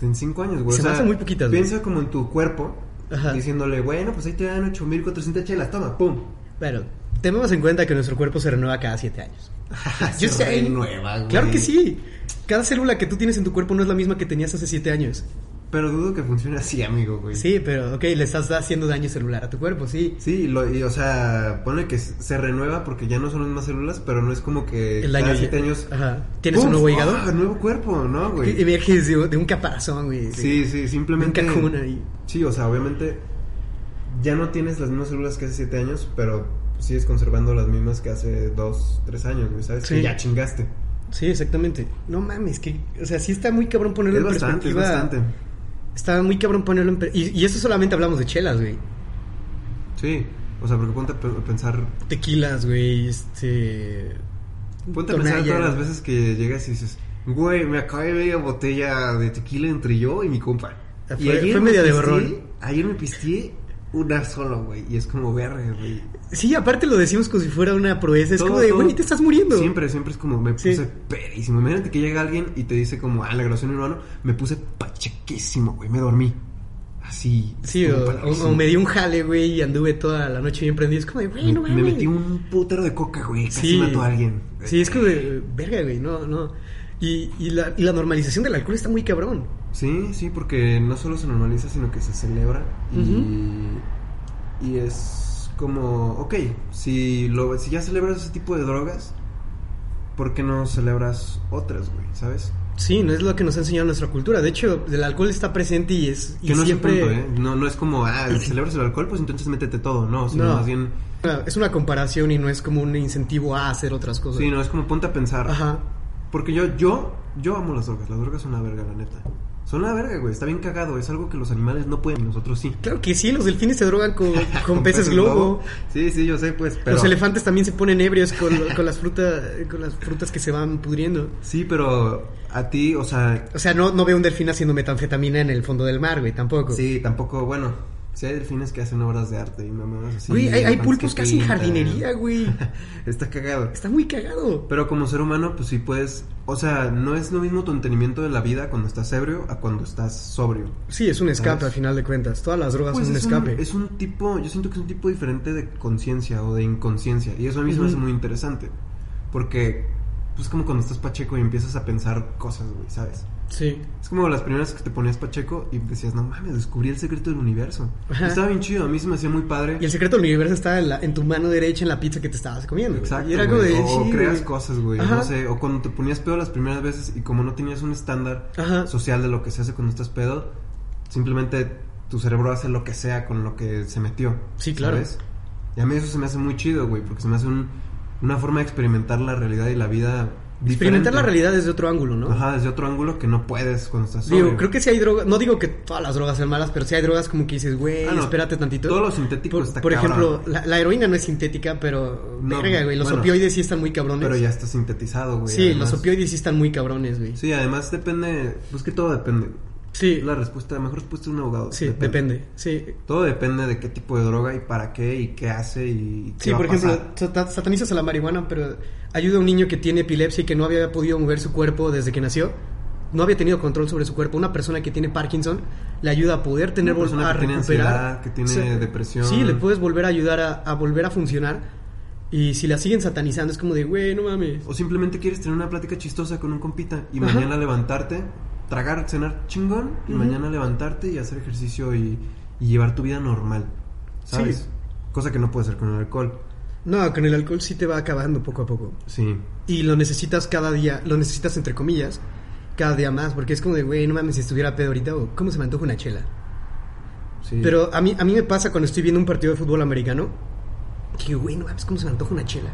[SPEAKER 1] En 5 años, güey.
[SPEAKER 2] Se me hacen muy poquitas, güey.
[SPEAKER 1] Piensa como en tu cuerpo
[SPEAKER 2] Ajá.
[SPEAKER 1] diciéndole, bueno, pues ahí te dan 8400 chelas, toma, pum.
[SPEAKER 2] Bueno, tenemos en cuenta que nuestro cuerpo se renueva cada 7 años.
[SPEAKER 1] Ah, Se renueva, güey.
[SPEAKER 2] Claro que sí. Cada célula que tú tienes en tu cuerpo no es la misma que tenías hace 7 años.
[SPEAKER 1] Pero dudo que funcione así, amigo, güey.
[SPEAKER 2] Sí, pero, ok, le estás haciendo daño celular a tu cuerpo, sí.
[SPEAKER 1] Sí, y lo, y, o sea, pone que s- se renueva porque ya no son las mismas células, pero no es como que
[SPEAKER 2] El daño.
[SPEAKER 1] cada
[SPEAKER 2] ya-
[SPEAKER 1] 7 años.
[SPEAKER 2] Ajá. ¿Tienes
[SPEAKER 1] ¡pum!
[SPEAKER 2] un nuevo hígado?
[SPEAKER 1] ¡Ah, nuevo cuerpo, ¿no,
[SPEAKER 2] Y
[SPEAKER 1] güey?
[SPEAKER 2] emerges de, de un caparazón, güey.
[SPEAKER 1] Sí, sí, simplemente.
[SPEAKER 2] Un cajón ahí.
[SPEAKER 1] Sí, o sea, obviamente ya no tienes las mismas células que hace 7 años, pero sigues conservando las mismas que hace dos, tres años, güey, ¿sabes?
[SPEAKER 2] Sí.
[SPEAKER 1] Que ya chingaste.
[SPEAKER 2] Sí, exactamente. No mames, que, o sea, sí está muy cabrón ponerlo
[SPEAKER 1] Es
[SPEAKER 2] en
[SPEAKER 1] bastante, es
[SPEAKER 2] perspectiva.
[SPEAKER 1] bastante.
[SPEAKER 2] Está muy cabrón ponerlo en per- y, y eso solamente hablamos de chelas, güey.
[SPEAKER 1] Sí. O sea, porque ponte a pe- a pensar.
[SPEAKER 2] Tequilas, güey, este.
[SPEAKER 1] Ponte a pensar
[SPEAKER 2] Tonaya.
[SPEAKER 1] todas las veces que llegas y dices, güey, me acabé media botella de tequila entre yo y mi compa.
[SPEAKER 2] Ah, Fue-
[SPEAKER 1] y ayer
[SPEAKER 2] fue
[SPEAKER 1] me
[SPEAKER 2] media de
[SPEAKER 1] pisteé-
[SPEAKER 2] borrón.
[SPEAKER 1] Ayer me pisteé una sola, güey. Y es como verga, güey.
[SPEAKER 2] Sí, aparte lo decimos como si fuera una proeza. Es
[SPEAKER 1] Todo-
[SPEAKER 2] como de,
[SPEAKER 1] todo-
[SPEAKER 2] güey, te estás muriendo.
[SPEAKER 1] Siempre, siempre es como, me
[SPEAKER 2] Sí.
[SPEAKER 1] puse pedísimo. Imagínate que llega alguien y te dice como, ah, la grabación hermano, me puse pachequísimo, güey, me dormí. Así.
[SPEAKER 2] Sí,
[SPEAKER 1] estuvo
[SPEAKER 2] o,
[SPEAKER 1] padrísimo.
[SPEAKER 2] o- o me di un jale, güey, y anduve toda la noche bien prendido. Es como de, güey,
[SPEAKER 1] Me-
[SPEAKER 2] no
[SPEAKER 1] me,
[SPEAKER 2] mames.
[SPEAKER 1] metí un putero de coca, güey. Casi
[SPEAKER 2] Sí.
[SPEAKER 1] mató a alguien.
[SPEAKER 2] Sí, es como de, verga, güey, no, no. Y, y la, y la normalización del alcohol está muy cabrón.
[SPEAKER 1] Sí, sí, porque no solo se normaliza, sino que se celebra. Y, y es como, ok, si, lo, si ya celebras ese tipo de drogas, ¿por qué no celebras otras, güey? ¿Sabes?
[SPEAKER 2] Sí, no es lo que nos ha enseñado nuestra cultura. De hecho, el alcohol está presente y es. Y
[SPEAKER 1] Que no
[SPEAKER 2] siempre,
[SPEAKER 1] es un punto, ¿eh? No, no es como, ah, celebras el alcohol, pues entonces métete todo, no, sino
[SPEAKER 2] No.
[SPEAKER 1] más bien,
[SPEAKER 2] Ah, Es una comparación y no es como un incentivo a hacer otras cosas.
[SPEAKER 1] sí, no, es como ponte a pensar.
[SPEAKER 2] Ajá.
[SPEAKER 1] Porque yo, yo, yo amo las drogas, las drogas son una verga, la neta. Son una verga, güey, está bien cagado, es algo que los animales no pueden y nosotros sí.
[SPEAKER 2] Claro que sí, los delfines se drogan con, con, peces globo.
[SPEAKER 1] Sí, sí, yo sé, pues, pero...
[SPEAKER 2] Los elefantes también se ponen ebrios con, con las frutas, con las frutas que se van pudriendo.
[SPEAKER 1] Sí, pero a ti, o sea,
[SPEAKER 2] O sea, no, no veo un delfín haciendo metanfetamina en el fondo del mar, güey, tampoco.
[SPEAKER 1] sí, tampoco, bueno, sí hay delfines que hacen obras de arte y mamadas así.
[SPEAKER 2] Güey, hay, hay
[SPEAKER 1] elefantes
[SPEAKER 2] pulpos que hacen
[SPEAKER 1] pintan.
[SPEAKER 2] jardinería, güey.
[SPEAKER 1] Está cagado.
[SPEAKER 2] Está muy cagado.
[SPEAKER 1] Pero como ser humano, pues sí puedes, o sea, no es lo mismo tu entendimiento de la vida cuando estás ebrio a cuando estás sobrio.
[SPEAKER 2] Sí, es un escape
[SPEAKER 1] ¿Sabes?
[SPEAKER 2] al final de cuentas. Todas las drogas
[SPEAKER 1] Pues
[SPEAKER 2] son un
[SPEAKER 1] es,
[SPEAKER 2] escape.
[SPEAKER 1] Un, es un tipo, yo siento que es un tipo diferente de conciencia o de inconsciencia. Y eso a mí se me hace
[SPEAKER 2] Ujú.
[SPEAKER 1] muy interesante. Porque pues, es como cuando estás pacheco y empiezas a pensar cosas, güey, ¿sabes?
[SPEAKER 2] Sí.
[SPEAKER 1] Es como las primeras que te ponías pacheco y decías, no mames, descubrí el secreto del universo.
[SPEAKER 2] Ajá.
[SPEAKER 1] Estaba bien chido, a mí se me hacía muy padre.
[SPEAKER 2] Y el secreto del universo está en, la- en tu mano derecha en la pizza que te estabas comiendo. güey.
[SPEAKER 1] Exacto.
[SPEAKER 2] Y era como
[SPEAKER 1] güey.
[SPEAKER 2] de.
[SPEAKER 1] o
[SPEAKER 2] sí,
[SPEAKER 1] creas
[SPEAKER 2] güey.
[SPEAKER 1] cosas, güey.
[SPEAKER 2] Ajá.
[SPEAKER 1] No sé. O cuando te ponías pedo las primeras veces y como no tenías un estándar
[SPEAKER 2] Ajá.
[SPEAKER 1] social de lo que se hace cuando estás pedo, simplemente tu cerebro hace lo que sea con lo que se metió.
[SPEAKER 2] Sí, claro.
[SPEAKER 1] Y a mí eso se me hace muy chido, güey, porque se me hace un- una forma de experimentar la realidad y la vida. diferente.
[SPEAKER 2] Experimentar la realidad desde otro ángulo, ¿no?
[SPEAKER 1] Ajá, desde otro ángulo que no puedes cuando estás
[SPEAKER 2] Digo,
[SPEAKER 1] sobrio.
[SPEAKER 2] creo que si hay drogas, no digo que todas las drogas sean malas, pero si hay drogas como que dices, güey,
[SPEAKER 1] Ah, no,
[SPEAKER 2] espérate tantito.
[SPEAKER 1] todo lo sintético
[SPEAKER 2] Por,
[SPEAKER 1] está
[SPEAKER 2] por
[SPEAKER 1] cabrón.
[SPEAKER 2] ejemplo, la, la heroína no es sintética, pero
[SPEAKER 1] No,
[SPEAKER 2] verga, güey, los
[SPEAKER 1] bueno.
[SPEAKER 2] opioides sí están muy cabrones.
[SPEAKER 1] Pero ya está sintetizado, güey.
[SPEAKER 2] sí,
[SPEAKER 1] además.
[SPEAKER 2] los opioides sí están muy cabrones, güey. Sí,
[SPEAKER 1] Sí, además depende. Pues que todo depende.
[SPEAKER 2] sí,
[SPEAKER 1] La respuesta, la mejor respuesta de un abogado.
[SPEAKER 2] depende. Sí,
[SPEAKER 1] Todo depende de qué tipo de droga y para qué y qué hace y qué
[SPEAKER 2] sí
[SPEAKER 1] va
[SPEAKER 2] por
[SPEAKER 1] a
[SPEAKER 2] ejemplo,
[SPEAKER 1] pasar.
[SPEAKER 2] sata- satanizas a la marihuana, pero ayuda a un niño que tiene epilepsia y que no había podido mover su cuerpo desde que nació. No había tenido control sobre su cuerpo. Una persona que tiene Parkinson le ayuda a poder tener
[SPEAKER 1] Una
[SPEAKER 2] vol-
[SPEAKER 1] persona
[SPEAKER 2] a
[SPEAKER 1] que tiene
[SPEAKER 2] recuperar.
[SPEAKER 1] ansiedad, que tiene depresión.
[SPEAKER 2] Sí, le puedes volver a ayudar a, a volver a funcionar. Y si la siguen satanizando, es como de, güey, no mames.
[SPEAKER 1] O simplemente quieres tener una plática chistosa con un compita y
[SPEAKER 2] Ajá.
[SPEAKER 1] mañana levantarte, tragar, cenar chingón y
[SPEAKER 2] Ujú.
[SPEAKER 1] mañana levantarte y hacer ejercicio y, y llevar tu vida normal. ¿Sabes?
[SPEAKER 2] Sí.
[SPEAKER 1] Cosa que no puedes hacer con el alcohol.
[SPEAKER 2] No, con el alcohol sí te va acabando poco a poco.
[SPEAKER 1] Sí.
[SPEAKER 2] Y lo necesitas cada día, lo necesitas entre comillas, cada día más, porque es como de, güey, no mames, si estuviera pedo ahorita, o cómo se me antoja una chela.
[SPEAKER 1] sí.
[SPEAKER 2] Pero a mí, a mí me pasa cuando estoy viendo un partido de fútbol americano, que, güey, no mames, cómo se me antoja una chela.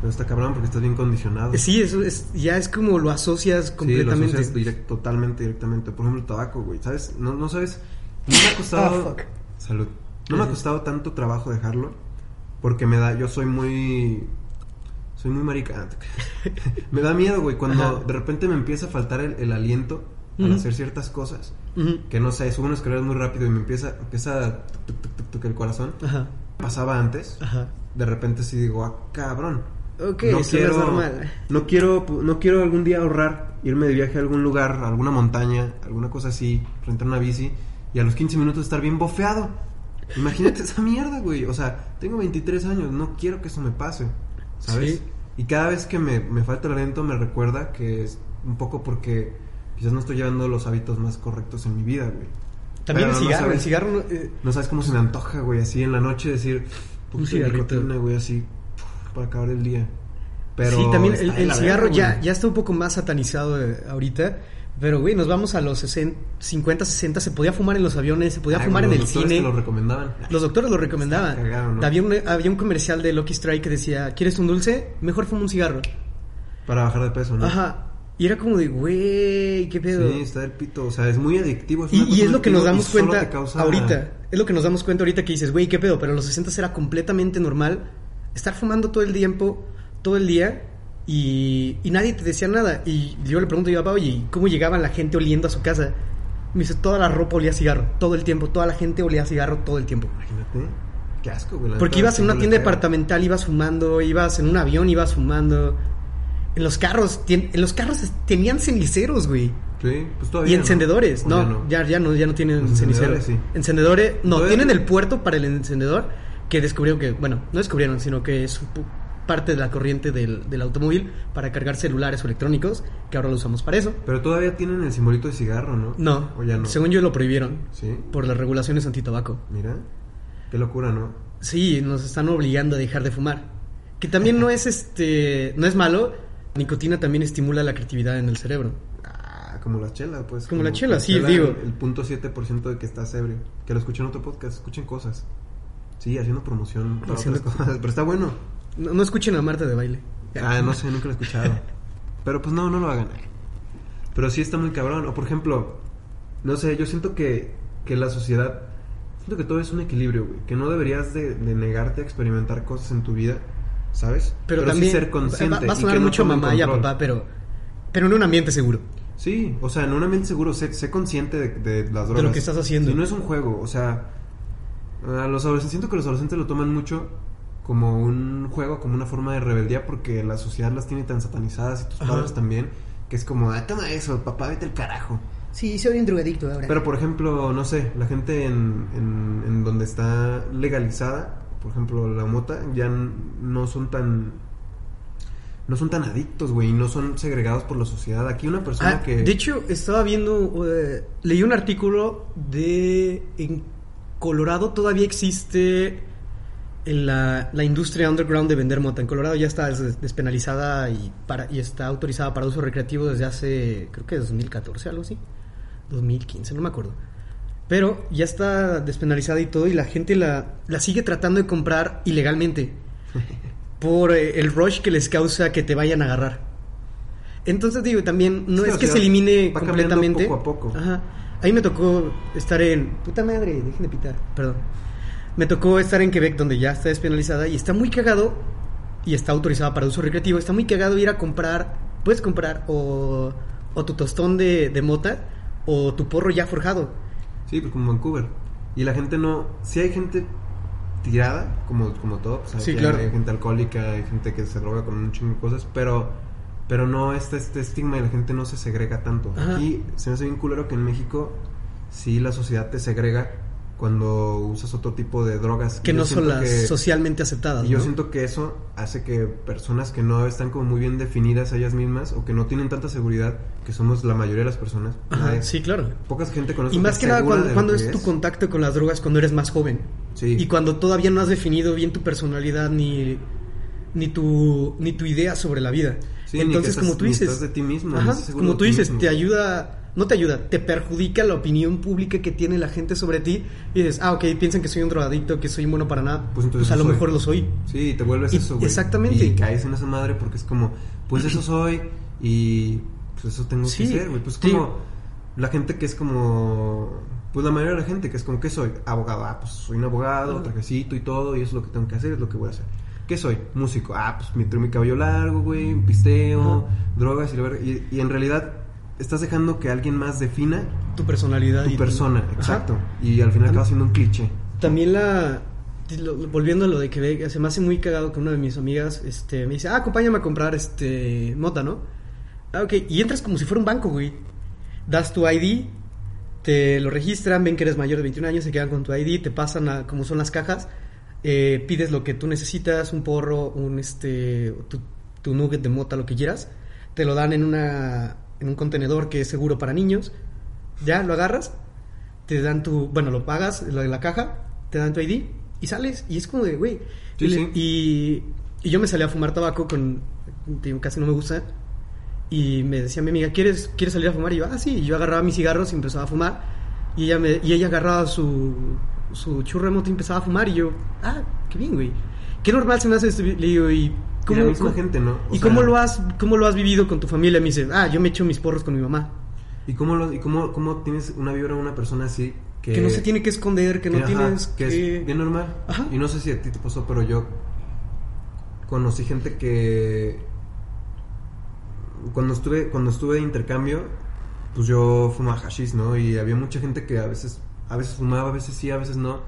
[SPEAKER 1] Pero está cabrón porque estás bien condicionado.
[SPEAKER 2] Eh, Sí, eso es, ya es como lo asocias completamente.
[SPEAKER 1] Sí, lo asocias direct- totalmente, directamente. Por ejemplo, el tabaco, güey. ¿Sabes? No, no sabes. No me ha
[SPEAKER 2] Ah,
[SPEAKER 1] costado.
[SPEAKER 2] fuck.
[SPEAKER 1] Salud. No me ha
[SPEAKER 2] Gracias.
[SPEAKER 1] costado tanto trabajo dejarlo. Porque me da. Yo soy muy. Soy muy marica. Ah, me da miedo, güey. Cuando
[SPEAKER 2] Ajá.
[SPEAKER 1] de repente me empieza a faltar el, el aliento al
[SPEAKER 2] Ujú.
[SPEAKER 1] hacer ciertas cosas.
[SPEAKER 2] Ujú,
[SPEAKER 1] Que no sé, subo unas escaleras muy rápido y me empieza, empieza a tuc, tuc, tuc, tuc el corazón.
[SPEAKER 2] Ajá,
[SPEAKER 1] Pasaba antes.
[SPEAKER 2] ajá.
[SPEAKER 1] De repente sí digo, ah, cabrón
[SPEAKER 2] Ok, eso no es normal.
[SPEAKER 1] no quiero, pu- no quiero algún día ahorrar, irme de viaje a algún lugar, a alguna montaña, alguna cosa así, rentar una bici y a los 15 minutos estar bien bofeado. Imagínate esa mierda, güey. O sea, tengo 23 años, no quiero que eso me pase, ¿sabes?
[SPEAKER 2] Sí.
[SPEAKER 1] Y cada vez que me, me falta el aliento me recuerda que es un poco porque quizás no estoy llevando los hábitos más correctos en mi vida, güey.
[SPEAKER 2] También
[SPEAKER 1] Pero
[SPEAKER 2] el
[SPEAKER 1] no
[SPEAKER 2] cigarro, el
[SPEAKER 1] sabes-
[SPEAKER 2] cigarro... no- eh,
[SPEAKER 1] No sabes cómo se me antoja, güey, así en la noche decir,
[SPEAKER 2] Un
[SPEAKER 1] puta
[SPEAKER 2] cigarrito.
[SPEAKER 1] nicotina, güey, así puf, para acabar el día. Pero
[SPEAKER 2] sí, también el,
[SPEAKER 1] está de
[SPEAKER 2] el
[SPEAKER 1] la
[SPEAKER 2] cigarro
[SPEAKER 1] verga,
[SPEAKER 2] ya,
[SPEAKER 1] güey.
[SPEAKER 2] ya está un poco más satanizado eh, ahorita. Pero, güey, nos vamos a los 60, 50, 60. Se podía fumar en los aviones, se podía
[SPEAKER 1] Ah,
[SPEAKER 2] fumar
[SPEAKER 1] con
[SPEAKER 2] en el
[SPEAKER 1] los doctores
[SPEAKER 2] cine.
[SPEAKER 1] que lo recomendaban.
[SPEAKER 2] Los doctores lo recomendaban.
[SPEAKER 1] Está cagado, ¿no?
[SPEAKER 2] había, un, había un comercial de Lucky Strike que decía, ¿quieres un dulce? Mejor fuma un cigarro.
[SPEAKER 1] Para bajar de peso, ¿no?
[SPEAKER 2] Ajá. Y era como de, güey, qué pedo.
[SPEAKER 1] Sí, está del pito. O sea, es muy adictivo.
[SPEAKER 2] y,
[SPEAKER 1] una
[SPEAKER 2] y
[SPEAKER 1] cosa
[SPEAKER 2] es lo que nos
[SPEAKER 1] adictiva y
[SPEAKER 2] damos
[SPEAKER 1] solo
[SPEAKER 2] cuenta
[SPEAKER 1] te causa-
[SPEAKER 2] ahorita. Es lo que nos damos cuenta ahorita que dices, güey, qué pedo. Pero en los 60 era completamente normal estar fumando todo el tiempo, todo el día. Y, y nadie te decía nada. Y yo le pregunto a mi papá, oye, ¿y ¿cómo llegaba la gente oliendo a su casa? Me dice, toda la ropa olía a cigarro, todo el tiempo, toda la gente olía a cigarro todo el tiempo.
[SPEAKER 1] Imagínate. Qué asco, güey. la
[SPEAKER 2] Porque
[SPEAKER 1] neta,
[SPEAKER 2] ibas en
[SPEAKER 1] sí
[SPEAKER 2] una
[SPEAKER 1] huele
[SPEAKER 2] tienda
[SPEAKER 1] feo.
[SPEAKER 2] departamental, ibas fumando, ibas en un avión, ibas fumando. En los carros, tien- en los carros tenían ceniceros, güey.
[SPEAKER 1] Sí, pues todavía.
[SPEAKER 2] Y encendedores,
[SPEAKER 1] ¿O
[SPEAKER 2] no,
[SPEAKER 1] ya
[SPEAKER 2] Ya, ya no, ya no tienen
[SPEAKER 1] Los
[SPEAKER 2] ceniceros.
[SPEAKER 1] encendedores,
[SPEAKER 2] Encendedores, no,
[SPEAKER 1] Todavía
[SPEAKER 2] tienen
[SPEAKER 1] no.
[SPEAKER 2] el puerto para el encendedor que descubrieron que, bueno, no descubrieron, sino que es pu- parte de la corriente del, del automóvil para cargar celulares o electrónicos, que ahora lo usamos para eso.
[SPEAKER 1] Pero todavía tienen el simbolito de cigarro, ¿no?
[SPEAKER 2] No,
[SPEAKER 1] O ya no.
[SPEAKER 2] según yo lo prohibieron
[SPEAKER 1] Sí.
[SPEAKER 2] por las regulaciones antitabaco.
[SPEAKER 1] Mira. Qué locura, ¿no?
[SPEAKER 2] Sí, nos están obligando a dejar de fumar. Que también no es este, no es malo. La nicotina también estimula la creatividad en el cerebro.
[SPEAKER 1] Ah, como la chela, pues.
[SPEAKER 2] Como la chela,
[SPEAKER 1] que
[SPEAKER 2] sí, digo.
[SPEAKER 1] El punto 7% de que estás ebrio. Que lo escuchen en otro podcast, escuchen cosas. Sí, haciendo promoción para
[SPEAKER 2] Haciendo-
[SPEAKER 1] otras cosas. Pero está bueno.
[SPEAKER 2] No, no escuchen a Marta de baile.
[SPEAKER 1] Ah, no sé, nunca lo he escuchado. Pero pues no, no lo hagan. Pero sí está muy cabrón. O por ejemplo, no sé, yo siento que, que la sociedad. Siento que todo es un equilibrio, güey. Que no deberías de, de negarte a experimentar cosas en tu vida, ¿sabes?
[SPEAKER 2] Pero, también
[SPEAKER 1] sí ser consciente.
[SPEAKER 2] va, va a
[SPEAKER 1] y
[SPEAKER 2] sonar
[SPEAKER 1] que no
[SPEAKER 2] mucho a
[SPEAKER 1] tomen
[SPEAKER 2] mamá y a
[SPEAKER 1] control.
[SPEAKER 2] papá, pero, pero en un ambiente seguro.
[SPEAKER 1] Sí, o sea, en un ambiente seguro, sé, sé consciente de, de las drogas.
[SPEAKER 2] lo que estás haciendo.
[SPEAKER 1] Y no es un juego, o sea, a los adolescentes, siento que los adolescentes lo toman mucho como un juego, como una forma de rebeldía, porque la sociedad las tiene tan satanizadas y tus
[SPEAKER 2] Ajá.
[SPEAKER 1] padres también, que es como, ah, toma eso, papá, vete al carajo.
[SPEAKER 2] Sí, soy un drogadicto ahora.
[SPEAKER 1] Pero, por ejemplo, no sé, la gente en, en, en donde está legalizada, por ejemplo, la mota, ya n- no son tan... No son tan adictos, güey, y no son segregados por la sociedad. Aquí una persona que...
[SPEAKER 2] Ah, De hecho, estaba viendo, eh, leí un artículo de... En Colorado todavía existe en la, la industria underground de vender mota. En Colorado ya está des- despenalizada y, para, y está autorizada para uso recreativo desde hace, creo que 2014, algo así. 2015, no me acuerdo. Pero ya está despenalizada y todo y la gente la, la sigue tratando de comprar ilegalmente por eh, el rush que les causa que te vayan a agarrar. Entonces digo, también no
[SPEAKER 1] Sí,
[SPEAKER 2] es
[SPEAKER 1] o
[SPEAKER 2] que
[SPEAKER 1] sea,
[SPEAKER 2] se elimine
[SPEAKER 1] va cambiando
[SPEAKER 2] completamente.
[SPEAKER 1] poco a poco.
[SPEAKER 2] Ajá. Ahí me tocó estar en... Puta madre, dejen de pitar, perdón. Me tocó estar en Quebec donde ya está despenalizada y está muy cagado y está autorizada para uso recreativo. Está muy cagado ir a comprar, puedes comprar o, o tu tostón de, de mota o tu porro ya forjado.
[SPEAKER 1] Sí, pues como Vancouver. Y la gente no. Sí hay gente tirada, como, como todo. pues,
[SPEAKER 2] Sí,
[SPEAKER 1] aquí
[SPEAKER 2] claro.
[SPEAKER 1] Hay gente alcohólica, hay gente que se droga con un chingo de cosas, pero. Pero no está este estigma y la gente no se segrega tanto.
[SPEAKER 2] Ajá.
[SPEAKER 1] Aquí se me hace bien culero que en México sí la sociedad te segrega cuando usas otro tipo de drogas.
[SPEAKER 2] Que
[SPEAKER 1] Y yo
[SPEAKER 2] no son
[SPEAKER 1] siento
[SPEAKER 2] las
[SPEAKER 1] que-
[SPEAKER 2] socialmente aceptadas.
[SPEAKER 1] y yo
[SPEAKER 2] ¿no?
[SPEAKER 1] siento que eso hace que personas que no están como muy bien definidas a ellas mismas o que no tienen tanta seguridad, que somos la mayoría de las personas,
[SPEAKER 2] Ajá,
[SPEAKER 1] nadie-
[SPEAKER 2] sí, claro.
[SPEAKER 1] pocas gente conoce
[SPEAKER 2] Y más que nada
[SPEAKER 1] segura
[SPEAKER 2] cuando,
[SPEAKER 1] de lo
[SPEAKER 2] cuando
[SPEAKER 1] que
[SPEAKER 2] es tu contacto con las drogas cuando eres más joven.
[SPEAKER 1] Sí.
[SPEAKER 2] Y cuando todavía no has definido bien tu personalidad ni, ni, tu, ni tu idea sobre la vida.
[SPEAKER 1] Sí, ni que
[SPEAKER 2] Entonces,
[SPEAKER 1] estás-
[SPEAKER 2] como tú
[SPEAKER 1] ni
[SPEAKER 2] dices...
[SPEAKER 1] estás de ti mismo, ni
[SPEAKER 2] Ajá,
[SPEAKER 1] estás seguro
[SPEAKER 2] como
[SPEAKER 1] de
[SPEAKER 2] tú
[SPEAKER 1] ti
[SPEAKER 2] dices,
[SPEAKER 1] mismo.
[SPEAKER 2] te ayuda... No te ayuda, te perjudica la opinión pública que tiene la gente sobre ti. Y dices, ah, ok, piensan que soy un drogadicto, que soy bueno para nada. Pues,
[SPEAKER 1] Pues entonces
[SPEAKER 2] a lo
[SPEAKER 1] soy.
[SPEAKER 2] mejor lo soy.
[SPEAKER 1] Sí, y te vuelves
[SPEAKER 2] Y-
[SPEAKER 1] eso, güey.
[SPEAKER 2] exactamente.
[SPEAKER 1] Y caes en esa madre porque es como, pues eso soy y pues eso tengo
[SPEAKER 2] Sí,
[SPEAKER 1] que ser, güey. Pues
[SPEAKER 2] sí.
[SPEAKER 1] como la gente que es como, pues la mayoría de la gente que es como, ¿qué soy? Abogado, ah, pues soy un abogado,
[SPEAKER 2] Ajá.
[SPEAKER 1] trajecito y todo, y eso es lo que tengo que hacer, es lo que voy a hacer. ¿Qué soy? Músico. Ah, pues me traigo mi cabello largo, güey, pisteo, drogas y la verga. Y, y en realidad estás dejando que alguien más defina
[SPEAKER 2] Tu personalidad. y
[SPEAKER 1] tu persona,
[SPEAKER 2] Ajá.
[SPEAKER 1] exacto. Y al final acaba siendo un cliché.
[SPEAKER 2] También la. lo- lo- volviendo a lo de Quebec, se me hace muy cagado que una de mis amigas este, me dice, ah, acompáñame a comprar este mota, ¿no? Ah, ok. Y entras como si fuera un banco, güey. Das tu ID, te lo registran, ven que eres mayor de 21 años, se quedan con tu ID, te pasan a como son las cajas, eh, pides lo que tú necesitas, un porro, un este, tu, tu nugget de mota, lo que quieras, te lo dan en una en un contenedor que es seguro para niños, ya lo agarras, te dan tu, bueno, lo pagas la, la caja, te dan tu ID y sales y es como de, güey,
[SPEAKER 1] Sí,
[SPEAKER 2] y, le-
[SPEAKER 1] sí.
[SPEAKER 2] y- y yo me salí a fumar tabaco con, digo, casi no me gusta Y me decía mi amiga, ¿quieres, ¿quieres salir a fumar? Y yo, ah, sí. Y yo agarraba mis cigarros y empezaba a fumar. Y ella, me, y ella agarraba su, su churro de moto y empezaba a fumar. Y yo, ah, qué bien, güey. Qué normal se me hace esto. Le digo, ¿y
[SPEAKER 1] Y
[SPEAKER 2] cómo,
[SPEAKER 1] la misma
[SPEAKER 2] cómo-
[SPEAKER 1] gente, ¿no? O
[SPEAKER 2] ¿y
[SPEAKER 1] sea,
[SPEAKER 2] cómo, lo has, cómo lo has vivido con tu familia? Me dice, ah, yo me echo mis porros con mi mamá.
[SPEAKER 1] ¿Y cómo, lo- y cómo, cómo tienes una vibra de una persona así que...
[SPEAKER 2] que no se tiene que esconder, que no
[SPEAKER 1] Ajá,
[SPEAKER 2] tienes
[SPEAKER 1] que es bien normal.
[SPEAKER 2] Ajá.
[SPEAKER 1] Y no sé si a ti te pasó, pero yo conocí gente que cuando estuve cuando estuve de intercambio, pues yo fumaba hashish, ¿no? Y había mucha gente que a veces a veces fumaba, a veces sí, a veces no,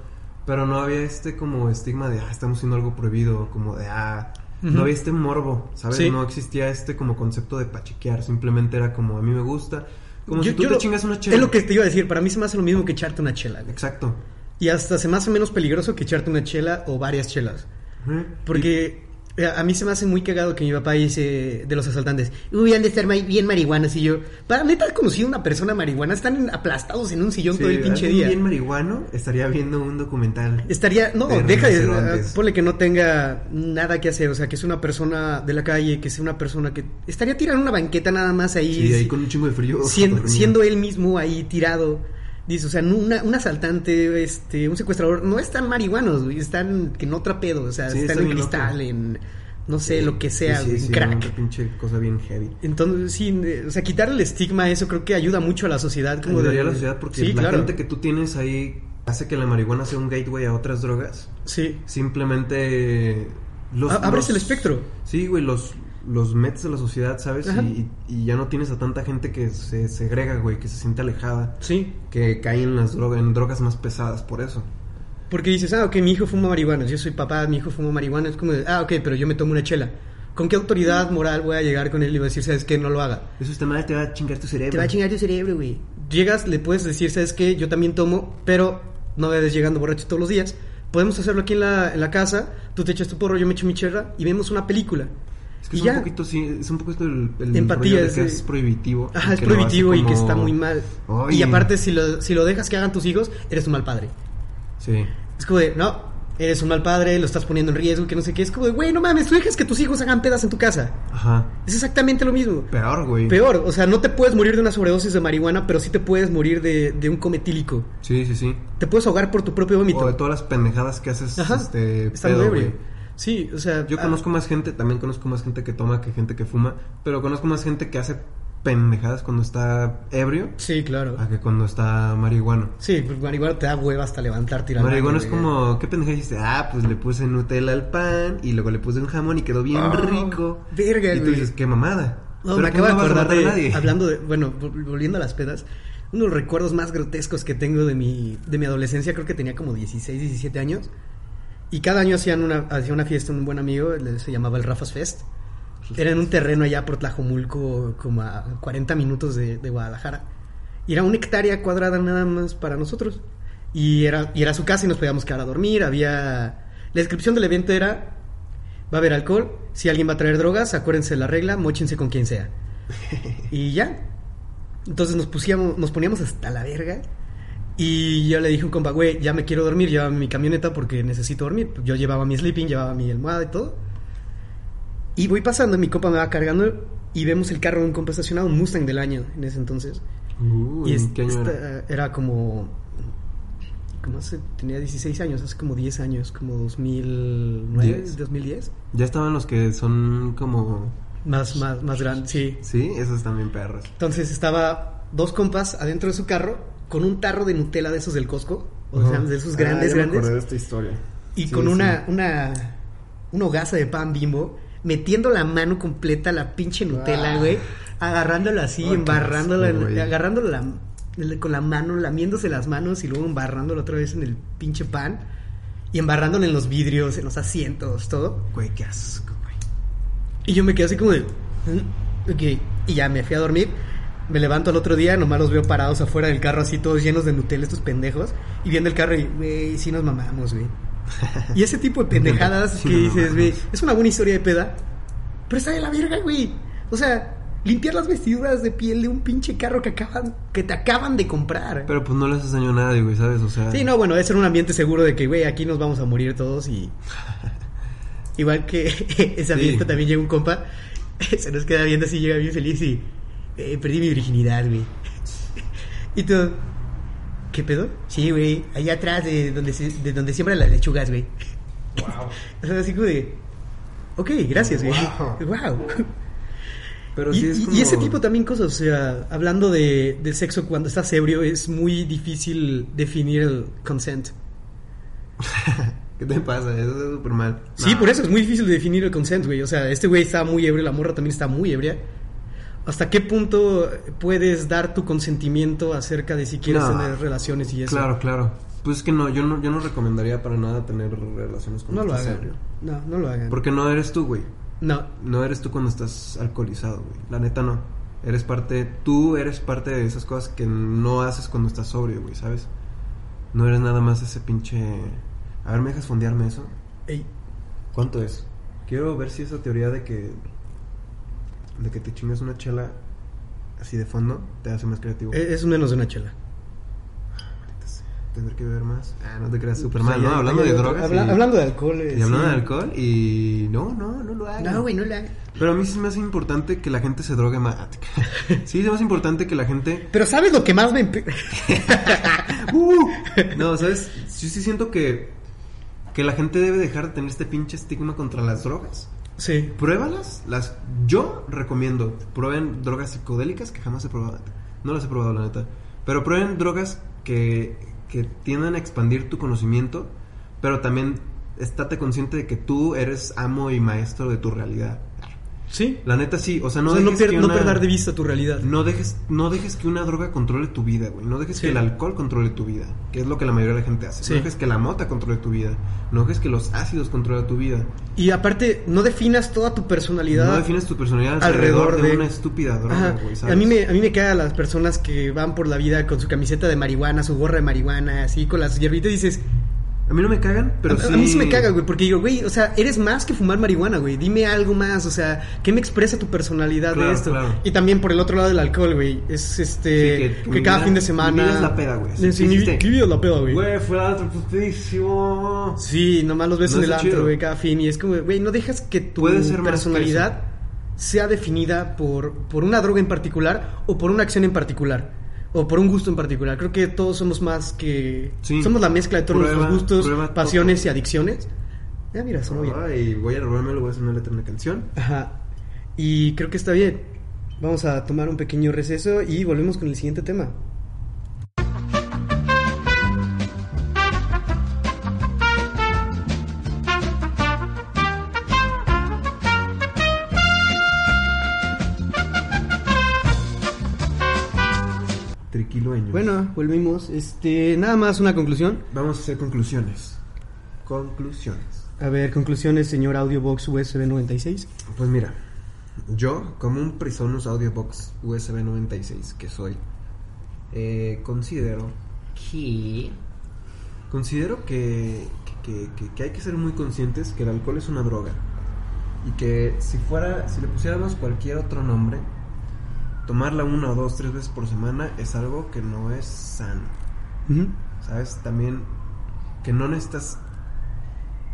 [SPEAKER 1] pero no había este como estigma de ah, estamos haciendo algo prohibido, como de ah
[SPEAKER 2] Ujú.
[SPEAKER 1] No había este morbo, ¿sabes?
[SPEAKER 2] Sí.
[SPEAKER 1] No existía este como concepto de pachequear, simplemente era como a mí me gusta, como si tú te
[SPEAKER 2] lo-
[SPEAKER 1] chingas una chela.
[SPEAKER 2] Es lo que te iba a decir, para mí se me hace lo mismo que echarte una chela. güey.
[SPEAKER 1] Exacto.
[SPEAKER 2] Y hasta se me hace menos peligroso que echarte una chela o varias chelas.
[SPEAKER 1] Ujú.
[SPEAKER 2] Porque eh, a mí se me hace muy cagado que mi papá dice de los asaltantes, uy, han de estar ma- bien marihuanas. Y yo, para neta, he conocido una persona marihuana, están en- aplastados en un sillón
[SPEAKER 1] Sí,
[SPEAKER 2] todo el pinche
[SPEAKER 1] alguien
[SPEAKER 2] día.
[SPEAKER 1] bien marihuano estaría viendo un documental.
[SPEAKER 2] Estaría, no,
[SPEAKER 1] De
[SPEAKER 2] deja de, ah,
[SPEAKER 1] rinocerontes.
[SPEAKER 2] ponle que no tenga nada que hacer, o sea, que es una persona de la calle, que sea una persona que estaría tirando una banqueta nada más ahí.
[SPEAKER 1] Y de ahí
[SPEAKER 2] sí.
[SPEAKER 1] con un chingo de frío.
[SPEAKER 2] Sien-
[SPEAKER 1] dormido.
[SPEAKER 2] siendo él mismo ahí tirado. Dice, o sea, no, una- un asaltante, este, un secuestrador, no están marihuanos, güey, están en otra pedo, o sea,
[SPEAKER 1] Sí,
[SPEAKER 2] están
[SPEAKER 1] está
[SPEAKER 2] en
[SPEAKER 1] bien
[SPEAKER 2] cristal,
[SPEAKER 1] loco.
[SPEAKER 2] en no sé,
[SPEAKER 1] Sí,
[SPEAKER 2] lo que sea,
[SPEAKER 1] sí, sí,
[SPEAKER 2] en
[SPEAKER 1] sí,
[SPEAKER 2] crack.
[SPEAKER 1] Una pinche cosa bien heavy.
[SPEAKER 2] Entonces, sí, eh, o sea, quitar el estigma, eso creo que ayuda mucho a la sociedad. Como
[SPEAKER 1] Ayudaría a
[SPEAKER 2] de-
[SPEAKER 1] la sociedad porque
[SPEAKER 2] Sí,
[SPEAKER 1] la
[SPEAKER 2] claro.
[SPEAKER 1] gente que tú tienes ahí hace que la marihuana sea un gateway a otras drogas.
[SPEAKER 2] Sí,
[SPEAKER 1] Simplemente. Los,
[SPEAKER 2] A- abres
[SPEAKER 1] los-
[SPEAKER 2] el espectro.
[SPEAKER 1] Sí, güey, los, los metes de la sociedad, ¿sabes?
[SPEAKER 2] Ajá.
[SPEAKER 1] Y, y ya no tienes a tanta gente que se segrega, güey, que se siente alejada,
[SPEAKER 2] sí.
[SPEAKER 1] que cae en las drogas, en drogas más pesadas, por eso.
[SPEAKER 2] Porque dices, ah, ok, mi hijo fuma marihuana, yo soy papá, mi hijo fuma marihuana, es como, de, ah, ok, pero yo me tomo una chela. ¿Con qué autoridad moral voy a llegar con él y voy a decir, sabes qué, no lo haga?
[SPEAKER 1] Eso está mal, te va a chingar tu cerebro.
[SPEAKER 2] Te va a chingar tu cerebro, güey. Llegas, le puedes decir, ¿sabes qué? Yo también tomo, pero no debes llegando borracho todos los días. Podemos hacerlo aquí en la, en la casa. Tú te echas tu porro, yo me echo mi chela y vemos una película.
[SPEAKER 1] Es que
[SPEAKER 2] y
[SPEAKER 1] es
[SPEAKER 2] ya.
[SPEAKER 1] un poquito, sí, es un poco esto el, el
[SPEAKER 2] Empatía,
[SPEAKER 1] rollo de
[SPEAKER 2] es
[SPEAKER 1] que
[SPEAKER 2] de-
[SPEAKER 1] es prohibitivo.
[SPEAKER 2] Ajá,
[SPEAKER 1] y
[SPEAKER 2] es
[SPEAKER 1] que lo hace
[SPEAKER 2] prohibitivo y que
[SPEAKER 1] como-
[SPEAKER 2] está muy mal.
[SPEAKER 1] Oye.
[SPEAKER 2] Y aparte, si lo, si lo dejas que hagan tus hijos, eres un mal padre.
[SPEAKER 1] Sí.
[SPEAKER 2] Es como de, no, eres un mal padre, lo estás poniendo en riesgo, que no sé qué. Es como de, güey, no mames, tú dejas que tus hijos hagan pedas en tu casa.
[SPEAKER 1] Ajá.
[SPEAKER 2] Es exactamente lo mismo.
[SPEAKER 1] Peor, güey.
[SPEAKER 2] Peor, o sea, no te puedes morir de una sobredosis de marihuana, pero sí te puedes morir de, de un cometílico.
[SPEAKER 1] Sí, sí, sí.
[SPEAKER 2] Te puedes ahogar por tu propio vómito.
[SPEAKER 1] O de todas las pendejadas que haces,
[SPEAKER 2] Ajá.
[SPEAKER 1] este,
[SPEAKER 2] Estando
[SPEAKER 1] pedo,
[SPEAKER 2] ebrio.
[SPEAKER 1] güey.
[SPEAKER 2] Sí, o sea.
[SPEAKER 1] Yo
[SPEAKER 2] ah,
[SPEAKER 1] conozco más gente, también conozco más gente que toma que gente que fuma, pero conozco más gente que hace pendejadas cuando está ebrio
[SPEAKER 2] Sí, claro.
[SPEAKER 1] a que cuando está marihuano.
[SPEAKER 2] Sí, pues marihuana te da hueva hasta levantarte y ir al
[SPEAKER 1] Marihuana
[SPEAKER 2] baño,
[SPEAKER 1] es
[SPEAKER 2] güey.
[SPEAKER 1] como, ¿qué pendejada dijiste? Ah, pues le puse Nutella al pan y luego le puse un jamón y quedó bien
[SPEAKER 2] Ah,
[SPEAKER 1] rico.
[SPEAKER 2] verga,
[SPEAKER 1] Y tú
[SPEAKER 2] güey.
[SPEAKER 1] dices, qué mamada.
[SPEAKER 2] No,
[SPEAKER 1] Pero
[SPEAKER 2] me
[SPEAKER 1] ¿cómo
[SPEAKER 2] acabo de
[SPEAKER 1] vas a
[SPEAKER 2] acordar
[SPEAKER 1] matar a
[SPEAKER 2] de.
[SPEAKER 1] nadie?
[SPEAKER 2] Hablando de. Bueno, vol- volviendo a las pedas. Uno de los recuerdos más grotescos que tengo de mi, de mi adolescencia, creo que tenía como 16, 17 años. Y cada año hacían una, hacía una fiesta un buen amigo, le- se llamaba el Rafa's Fest. Era en un terreno allá por Tlajomulco, como a 40 minutos de, de Guadalajara. Y era una hectárea cuadrada nada más para nosotros. Y era, y era su casa y nos podíamos quedar a dormir. Había. La descripción del evento era: va a haber alcohol, si alguien va a traer drogas, acuérdense de la regla, mochense con quien sea. y ya. Entonces nos, pusíamos, nos poníamos hasta la verga. Y yo le dije a un compa, güey, ya me quiero dormir, llévame mi camioneta porque necesito dormir. Yo llevaba mi sleeping, llevaba mi almohada y todo. Y voy pasando, mi compa me va cargando y vemos el carro de un compa estacionado, un Mustang del año en ese entonces.
[SPEAKER 1] Uy,
[SPEAKER 2] y es- este
[SPEAKER 1] ¿qué año
[SPEAKER 2] esta-
[SPEAKER 1] era?
[SPEAKER 2] era? como... ¿Cómo hace? Tenía 16 años, hace como 10 años, como 2009,
[SPEAKER 1] ¿Diez?
[SPEAKER 2] 2010.
[SPEAKER 1] Ya estaban los que son como...
[SPEAKER 2] Más, más, más grande, sí.
[SPEAKER 1] Sí, esos también perros.
[SPEAKER 2] Entonces estaba dos compas adentro de su carro con un tarro de Nutella de esos del Costco, o sea, de esos grandes,
[SPEAKER 1] Ah, ya me
[SPEAKER 2] grandes.
[SPEAKER 1] acordé de esta historia.
[SPEAKER 2] Y
[SPEAKER 1] Sí,
[SPEAKER 2] con
[SPEAKER 1] sí.
[SPEAKER 2] una, una, una hogaza de pan bimbo, metiendo la mano completa a la pinche Nutella,
[SPEAKER 1] Ah.
[SPEAKER 2] güey, agarrándola así,
[SPEAKER 1] Ay, qué
[SPEAKER 2] embarrándola,
[SPEAKER 1] asco, güey.
[SPEAKER 2] agarrándola la- con la mano, lamiéndose las manos y luego embarrándola otra vez en el pinche pan y embarrándola en los vidrios, en los asientos, todo.
[SPEAKER 1] Güey, qué asco, güey.
[SPEAKER 2] Y yo me quedé así como de, "Mm, ok, y ya me fui a dormir. Me levanto al otro día, nomás los veo parados afuera del carro, así todos llenos de Nutella, estos pendejos. Y viendo el carro, y, güey, sí nos mamamos, güey. Y ese tipo de pendejadas
[SPEAKER 1] Sí,
[SPEAKER 2] que
[SPEAKER 1] no
[SPEAKER 2] dices,
[SPEAKER 1] mames.
[SPEAKER 2] güey, es una buena historia de peda, pero está de la verga, güey. O sea, limpiar las vestiduras de piel de un pinche carro que acaban, que te acaban de comprar.
[SPEAKER 1] Pero pues no le haces daño a nadie, güey, ¿sabes? O sea...
[SPEAKER 2] Sí, no, bueno, ese era un ambiente seguro de que, güey, aquí nos vamos a morir todos y... Igual que esa
[SPEAKER 1] Sí.
[SPEAKER 2] fiesta también llegó un compa se nos queda viendo así, llega bien feliz y eh, perdí mi virginidad, güey. y tú, ¿qué pedo? Sí, güey, allá atrás de donde, se- de donde siembran las lechugas, güey.
[SPEAKER 1] Wow.
[SPEAKER 2] O sea, así como de, ok, gracias, güey.
[SPEAKER 1] Wow.
[SPEAKER 2] wow.
[SPEAKER 1] Pero
[SPEAKER 2] Y,
[SPEAKER 1] sí es
[SPEAKER 2] y-
[SPEAKER 1] como...
[SPEAKER 2] y ese tipo también cosas, o sea, hablando de, de sexo cuando estás ebrio, es muy difícil definir el consent.
[SPEAKER 1] ¿Qué te pasa? Eso es súper mal.
[SPEAKER 2] Sí,
[SPEAKER 1] No.
[SPEAKER 2] por eso es muy difícil definir el consent, güey. O sea, este güey está muy ebrio, la morra también está muy ebria. ¿Hasta qué punto puedes dar tu consentimiento acerca de si quieres
[SPEAKER 1] No.
[SPEAKER 2] tener relaciones y eso?
[SPEAKER 1] Claro, claro. Pues es que no, yo no, yo no recomendaría para nada tener relaciones con
[SPEAKER 2] No lo
[SPEAKER 1] estás
[SPEAKER 2] hagan.
[SPEAKER 1] ebrio.
[SPEAKER 2] No, no lo hagan.
[SPEAKER 1] Porque no eres tú, güey.
[SPEAKER 2] No,
[SPEAKER 1] No eres tú cuando estás alcoholizado, güey. La neta no. Eres parte, tú eres parte de esas cosas que no haces cuando estás sobrio, güey, ¿sabes? No eres nada más ese pinche... A ver, ¿me dejas fondearme eso?
[SPEAKER 2] ey,
[SPEAKER 1] ¿Cuánto es? Quiero ver si esa teoría de que... De que te chingas una chela así de fondo te hace más creativo.
[SPEAKER 2] e- es un menos de una chela.
[SPEAKER 1] Tendré que beber más. Ah, no te creas súper
[SPEAKER 2] Pues
[SPEAKER 1] mal,
[SPEAKER 2] ahí-
[SPEAKER 1] ¿no?
[SPEAKER 2] ahí-
[SPEAKER 1] Hablando
[SPEAKER 2] ahí-
[SPEAKER 1] de drogas.
[SPEAKER 2] habla-
[SPEAKER 1] y-
[SPEAKER 2] Hablando de alcohol. eh,
[SPEAKER 1] Y hablando
[SPEAKER 2] sí.
[SPEAKER 1] de alcohol y... No, no, Ah, no lo hagan.
[SPEAKER 2] No, güey, no lo hagan.
[SPEAKER 1] Pero a mí sí me hace importante que la gente se drogue más. sí, es más importante que la gente...
[SPEAKER 2] Pero ¿sabes lo que más me... empe-
[SPEAKER 1] ¡Uh! No, ¿sabes? Yo sí siento que... Que la gente debe dejar de tener este pinche estigma contra las drogas.
[SPEAKER 2] sí.
[SPEAKER 1] Pruébalas. Las... Yo recomiendo. Prueben drogas psicodélicas que jamás he probado. No las he probado, la neta. Pero prueben drogas que, que tiendan a expandir tu conocimiento. Pero también estate consciente de que tú eres amo y maestro de tu realidad.
[SPEAKER 2] Sí.
[SPEAKER 1] La neta sí, o sea, no
[SPEAKER 2] o sea, no,
[SPEAKER 1] dejes
[SPEAKER 2] pier-
[SPEAKER 1] que
[SPEAKER 2] no
[SPEAKER 1] una-
[SPEAKER 2] perder de vista tu realidad.
[SPEAKER 1] No dejes, no dejes que una droga controle tu vida, güey. No dejes
[SPEAKER 2] Sí.
[SPEAKER 1] que el alcohol controle tu vida, que es lo que la mayoría de la gente hace.
[SPEAKER 2] Sí.
[SPEAKER 1] No dejes que la mota controle tu vida. No dejes que los ácidos controlen tu vida.
[SPEAKER 2] Y aparte, no definas toda tu personalidad.
[SPEAKER 1] No defines tu personalidad
[SPEAKER 2] Alrededor
[SPEAKER 1] alrededor, de,
[SPEAKER 2] de-
[SPEAKER 1] una estúpida droga,
[SPEAKER 2] Ajá.
[SPEAKER 1] güey.
[SPEAKER 2] A
[SPEAKER 1] ¿sabes?
[SPEAKER 2] mí me, a mí me quedan las personas que van por la vida con su camiseta de marihuana, su gorra de marihuana, así con las hierbitas y dices,
[SPEAKER 1] A mí no me cagan, pero
[SPEAKER 2] a,
[SPEAKER 1] sí.
[SPEAKER 2] a mí sí me caga, güey, porque digo, güey, o sea, eres más que fumar marihuana, güey, dime algo más, o sea, ¿qué me expresa tu personalidad
[SPEAKER 1] Claro,
[SPEAKER 2] de esto?
[SPEAKER 1] claro.
[SPEAKER 2] Y también por el otro lado del alcohol, güey, es este,
[SPEAKER 1] Sí,
[SPEAKER 2] que,
[SPEAKER 1] que- que
[SPEAKER 2] cada
[SPEAKER 1] mi vida-
[SPEAKER 2] fin de semana...
[SPEAKER 1] mi vida es la peda, güey,
[SPEAKER 2] Sí,
[SPEAKER 1] sí,
[SPEAKER 2] mi,
[SPEAKER 1] sí, sí.
[SPEAKER 2] mi vida es la peda, güey.
[SPEAKER 1] Güey, fue otro putísimo.
[SPEAKER 2] Sí, nomás los ves
[SPEAKER 1] No
[SPEAKER 2] en el
[SPEAKER 1] está
[SPEAKER 2] antro,
[SPEAKER 1] chido.
[SPEAKER 2] güey, cada fin. Y es como, güey, no dejas que tu
[SPEAKER 1] Puede ser más
[SPEAKER 2] personalidad sea definida por, por una droga en particular o por una acción en particular. O por un gusto en particular. Creo que todos somos más que...
[SPEAKER 1] Sí.
[SPEAKER 2] Somos la mezcla de todos
[SPEAKER 1] Prueba-
[SPEAKER 2] nuestros gustos,
[SPEAKER 1] prueba todo.
[SPEAKER 2] pasiones y adicciones. Ah, mira, sonó bien.
[SPEAKER 1] Ay, voy a robármelo, voy a hacer una letra en una canción.
[SPEAKER 2] Ajá. Y creo que está bien. Vamos a tomar un pequeño receso y volvemos con el siguiente tema.
[SPEAKER 1] Triquilueño.
[SPEAKER 2] Bueno, volvimos. Este, nada más una conclusión.
[SPEAKER 1] Vamos a hacer conclusiones. Conclusiones.
[SPEAKER 2] A ver, conclusiones, señor Audiobox USB 96.
[SPEAKER 1] Pues mira, yo, como un Prisonus Audiobox USB 96 que soy, eh, considero que. Considero que, que- que- que hay que ser muy conscientes que el alcohol es una droga. Y que si fuera, si le pusiéramos cualquier otro nombre, tomarla una o dos, tres veces por semana es algo que no es sano.
[SPEAKER 2] Ujú.
[SPEAKER 1] ¿Sabes? También que no necesitas.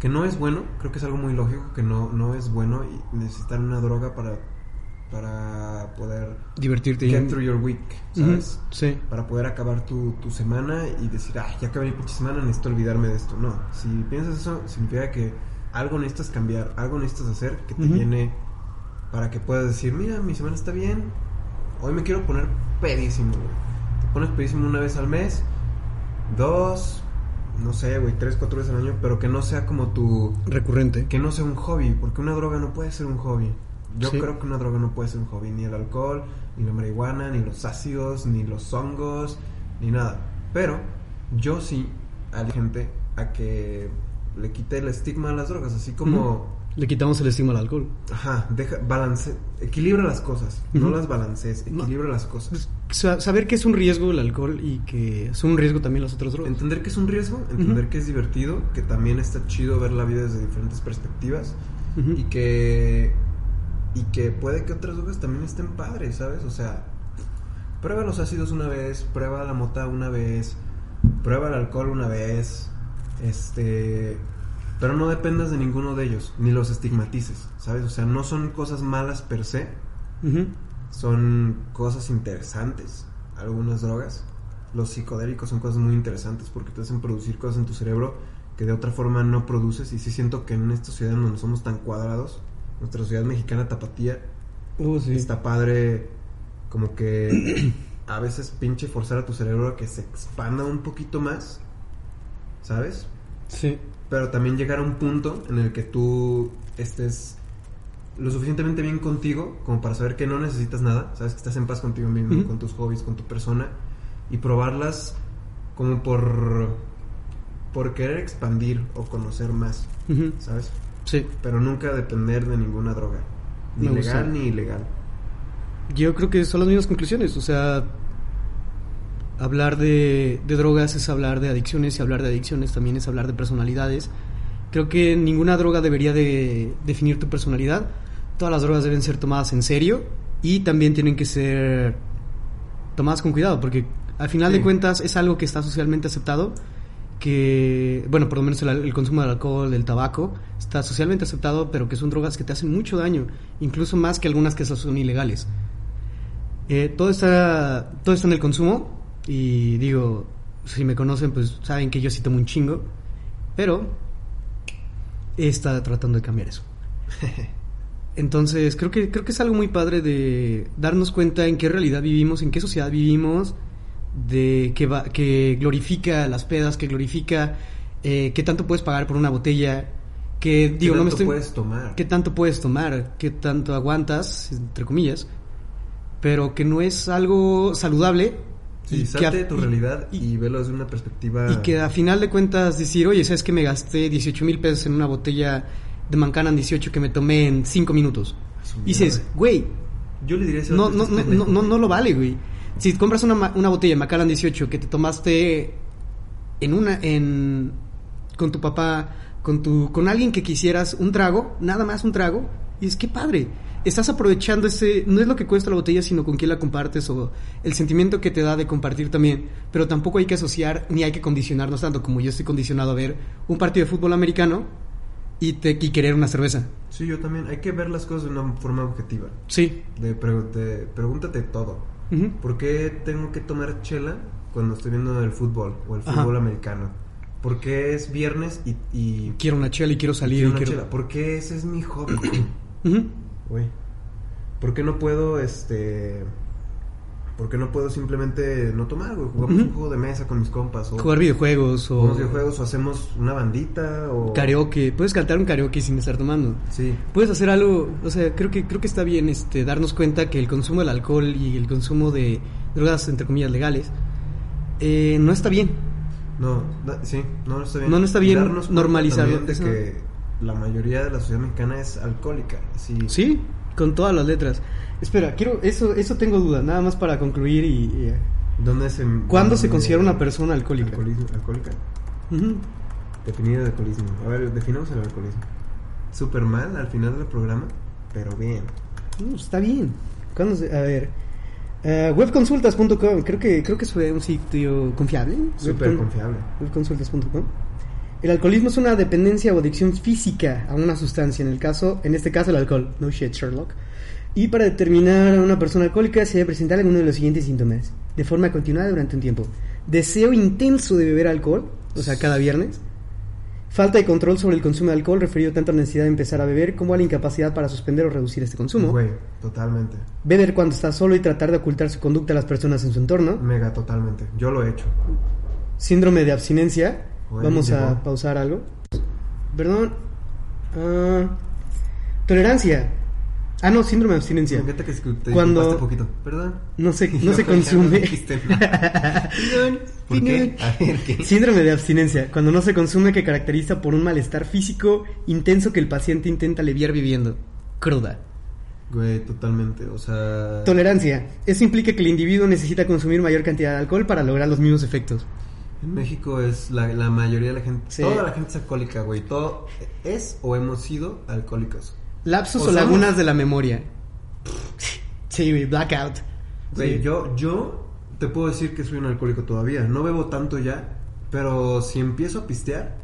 [SPEAKER 1] Que no es bueno, creo que es algo muy lógico que no, no es bueno y necesitar una droga para, para poder
[SPEAKER 2] Divertirte. y-
[SPEAKER 1] get through your week,
[SPEAKER 2] Ujú,
[SPEAKER 1] ¿sabes?
[SPEAKER 2] Sí.
[SPEAKER 1] Para poder acabar tu, tu semana y decir, ah, ya acabé mi pinche semana, necesito olvidarme de esto. No, si piensas eso, significa que algo necesitas cambiar, algo necesitas hacer que te
[SPEAKER 2] Ujú.
[SPEAKER 1] llene para que puedas decir, mira, mi semana está bien, hoy me quiero poner pedísimo, güey. Te pones pedísimo una vez al mes, dos, no sé, güey, tres, cuatro veces al año, pero que no sea como tu...
[SPEAKER 2] Recurrente.
[SPEAKER 1] Que no sea un hobby, porque una droga no puede ser un hobby. Yo
[SPEAKER 2] Sí.
[SPEAKER 1] creo que una droga no puede ser un hobby, ni el alcohol, ni la marihuana, ni los ácidos, ni los hongos, ni nada. Pero yo sí a la gente a que le quite el estigma a las drogas, así como,
[SPEAKER 2] Le quitamos el estigma al alcohol.
[SPEAKER 1] ajá, deja, balance, equilibra las cosas, no
[SPEAKER 2] Ujú.
[SPEAKER 1] las balancees, equilibra las cosas.
[SPEAKER 2] Pues, Sa- saber que es un riesgo el alcohol y que es un riesgo también las otras drogas.
[SPEAKER 1] Entender que es un riesgo, entender que es divertido, que también está chido ver la vida desde diferentes perspectivas.
[SPEAKER 2] Ujú.
[SPEAKER 1] y que y que puede que otras drogas también estén padres, ¿sabes? O sea, prueba los ácidos una vez, prueba la mota una vez, prueba el alcohol una vez, este Pero no dependas de ninguno de ellos, ni los estigmatices, ¿sabes? O sea, no son cosas malas per se,
[SPEAKER 2] Ujú.
[SPEAKER 1] son cosas interesantes, algunas drogas. Los psicodélicos son cosas muy interesantes porque te hacen producir cosas en tu cerebro que de otra forma no produces. Y sí siento que en esta ciudad donde somos tan cuadrados, nuestra ciudad mexicana tapatía,
[SPEAKER 2] Uh, sí.
[SPEAKER 1] está padre como que a veces pinche forzar a tu cerebro a que se expanda un poquito más, ¿sabes?
[SPEAKER 2] Sí.
[SPEAKER 1] Pero también llegar a un punto en el que tú estés lo suficientemente bien contigo como para saber que no necesitas nada, sabes que estás en paz contigo mismo,
[SPEAKER 2] Ujú.
[SPEAKER 1] con tus hobbies, con tu persona y probarlas como por por querer expandir o conocer más,
[SPEAKER 2] Ujú.
[SPEAKER 1] ¿sabes?
[SPEAKER 2] Sí.
[SPEAKER 1] Pero nunca depender de ninguna droga, ni
[SPEAKER 2] Me gusta.
[SPEAKER 1] legal ni ilegal.
[SPEAKER 2] Yo creo que son las mismas conclusiones. O sea, hablar de, de drogas es hablar de adicciones y hablar de adicciones también es hablar de personalidades. Creo que ninguna droga debería de definir tu personalidad. Todas las drogas deben ser tomadas en serio y también tienen que ser tomadas con cuidado porque al final de
[SPEAKER 1] Sí.
[SPEAKER 2] cuentas es algo que está socialmente aceptado que, bueno, por lo menos el, al- el consumo del alcohol, del tabaco, está socialmente aceptado, pero que son drogas que te hacen mucho daño, incluso más que algunas que son ilegales. Eh, todo, está, todo está en el consumo y digo, si me conocen, pues saben que yo sí tomo un chingo, pero está tratando de cambiar eso. Entonces, creo que, creo que es algo muy padre de darnos cuenta en qué realidad vivimos, en qué sociedad vivimos, de que, va- que glorifica las pedas, que glorifica eh, qué tanto puedes pagar por una botella, que digo,
[SPEAKER 1] ¿Qué
[SPEAKER 2] no me
[SPEAKER 1] tanto
[SPEAKER 2] estoy...
[SPEAKER 1] puedes tomar?
[SPEAKER 2] qué tanto puedes tomar, qué tanto aguantas, entre comillas, pero que no es algo saludable.
[SPEAKER 1] Sí,
[SPEAKER 2] que a-
[SPEAKER 1] salte de tu
[SPEAKER 2] y-
[SPEAKER 1] realidad
[SPEAKER 2] y-
[SPEAKER 1] y, velo desde una perspectiva...
[SPEAKER 2] y que a final de cuentas decir, oye, ¿sabes que me gasté 18 mil pesos en una botella de Mancanan 18 que me tomé en 5 minutos?
[SPEAKER 1] A su
[SPEAKER 2] Y dices,
[SPEAKER 1] mierda.
[SPEAKER 2] güey,
[SPEAKER 1] Yo le diría este a ese
[SPEAKER 2] no,
[SPEAKER 1] vato,
[SPEAKER 2] no,
[SPEAKER 1] "Estás
[SPEAKER 2] no,
[SPEAKER 1] pendejo".
[SPEAKER 2] no, no, no lo vale, güey. Si compras una, ma- una botella de Macallan 18 que te tomaste en una, en, con tu papá, con tu, con alguien que quisieras un trago, nada más un trago, y es que padre. Estás aprovechando ese, no es lo que cuesta la botella, sino con quién la compartes o el sentimiento que te da de compartir también. Pero tampoco hay que asociar ni hay que condicionarnos tanto como yo estoy condicionado a ver un partido de fútbol americano y, te, y querer una cerveza.
[SPEAKER 1] Sí, yo también. Hay que ver las cosas de una forma objetiva.
[SPEAKER 2] Sí.
[SPEAKER 1] De pregu- de- pregúntate todo.
[SPEAKER 2] Ujú.
[SPEAKER 1] ¿Por qué tengo que tomar chela cuando estoy viendo el fútbol o el
[SPEAKER 2] Ajá.
[SPEAKER 1] fútbol americano? ¿Por qué es viernes y, y
[SPEAKER 2] Quiero una chela y quiero salir
[SPEAKER 1] quiero
[SPEAKER 2] y
[SPEAKER 1] una
[SPEAKER 2] quiero...
[SPEAKER 1] chela? ¿Por qué ese es mi hobby?
[SPEAKER 2] Ujú.
[SPEAKER 1] Güey. ¿Por qué no puedo, este... ¿Por qué no puedo simplemente no tomar, güey? Jugamos
[SPEAKER 2] Ujú.
[SPEAKER 1] un juego de mesa con mis compas o...
[SPEAKER 2] Jugar videojuegos o
[SPEAKER 1] Jugamos videojuegos o hacemos una bandita o...
[SPEAKER 2] karaoke. Puedes cantar un karaoke sin estar tomando.
[SPEAKER 1] Sí.
[SPEAKER 2] Puedes hacer algo, o sea, creo que creo que está bien este darnos cuenta que el consumo del alcohol y el consumo de drogas entre comillas legales eh, no está bien.
[SPEAKER 1] No, da- sí, no no está bien.
[SPEAKER 2] No, no está bien
[SPEAKER 1] Darnos cuenta
[SPEAKER 2] normalizarlo,
[SPEAKER 1] también
[SPEAKER 2] eso.
[SPEAKER 1] de que la mayoría de la sociedad mexicana es alcohólica. Sí.
[SPEAKER 2] Sí, con todas las letras. Espera, quiero eso eso tengo duda, nada más para concluir y, y, eh,
[SPEAKER 1] ¿Dónde se
[SPEAKER 2] ¿cuándo
[SPEAKER 1] dónde-
[SPEAKER 2] se considera una persona alcohólica?
[SPEAKER 1] alcoholismo- alcohólica?
[SPEAKER 2] Ujú.
[SPEAKER 1] Definida de alcoholismo. A ver, definamos el alcoholismo. Súper mal al final del programa, pero bien.
[SPEAKER 2] No, está bien. ¿Cuándo se- a ver. eh, webconsultas.com, creo que creo que es un sitio confiable.
[SPEAKER 1] Súper
[SPEAKER 2] Webcon-
[SPEAKER 1] confiable.
[SPEAKER 2] webconsultas.com. El alcoholismo es una dependencia o adicción física a una sustancia, en el caso, en este caso el alcohol. No shit, Sherlock. Y para determinar a una persona alcohólica se debe presentar alguno de los siguientes síntomas, de forma continuada durante un tiempo. Deseo intenso de beber alcohol, o sea, cada viernes. Falta de control sobre el consumo de alcohol, referido tanto a la necesidad de empezar a beber como a la incapacidad para suspender o reducir este consumo.
[SPEAKER 1] Güey, totalmente.
[SPEAKER 2] Beber cuando está solo y tratar de ocultar su conducta a las personas en su entorno.
[SPEAKER 1] Mega totalmente. Yo lo he hecho.
[SPEAKER 2] Síndrome de abstinencia.
[SPEAKER 1] Joder,
[SPEAKER 2] Vamos a
[SPEAKER 1] llegó.
[SPEAKER 2] pausar algo. Perdón. Ah, tolerancia. Ah, no, síndrome de
[SPEAKER 1] Me
[SPEAKER 2] abstinencia.
[SPEAKER 1] encanta que se- te
[SPEAKER 2] Cuando-
[SPEAKER 1] disculpaste poquito. Perdón.
[SPEAKER 2] No se, no se
[SPEAKER 1] Ya no
[SPEAKER 2] consume.
[SPEAKER 1] dijiste nada. ¿Por qué? A ver, ¿qué?
[SPEAKER 2] Síndrome de abstinencia. Cuando no se consume que caracteriza por un malestar físico intenso que el paciente intenta aliviar viviendo. Cruda.
[SPEAKER 1] Güey, totalmente. O sea.
[SPEAKER 2] Tolerancia. Eso implica que el individuo necesita consumir mayor cantidad de alcohol para lograr los mismos efectos.
[SPEAKER 1] En México es la, la mayoría de la gente,
[SPEAKER 2] Sí.
[SPEAKER 1] toda la gente es alcohólica, güey. Todo es o hemos sido alcohólicos.
[SPEAKER 2] Lapsos
[SPEAKER 1] O
[SPEAKER 2] o,
[SPEAKER 1] sea,
[SPEAKER 2] lagunas de la memoria. Sí, güey, blackout.
[SPEAKER 1] Güey,
[SPEAKER 2] Sí.
[SPEAKER 1] yo, yo te puedo decir que soy un alcohólico todavía. No bebo tanto ya, pero si empiezo a pistear,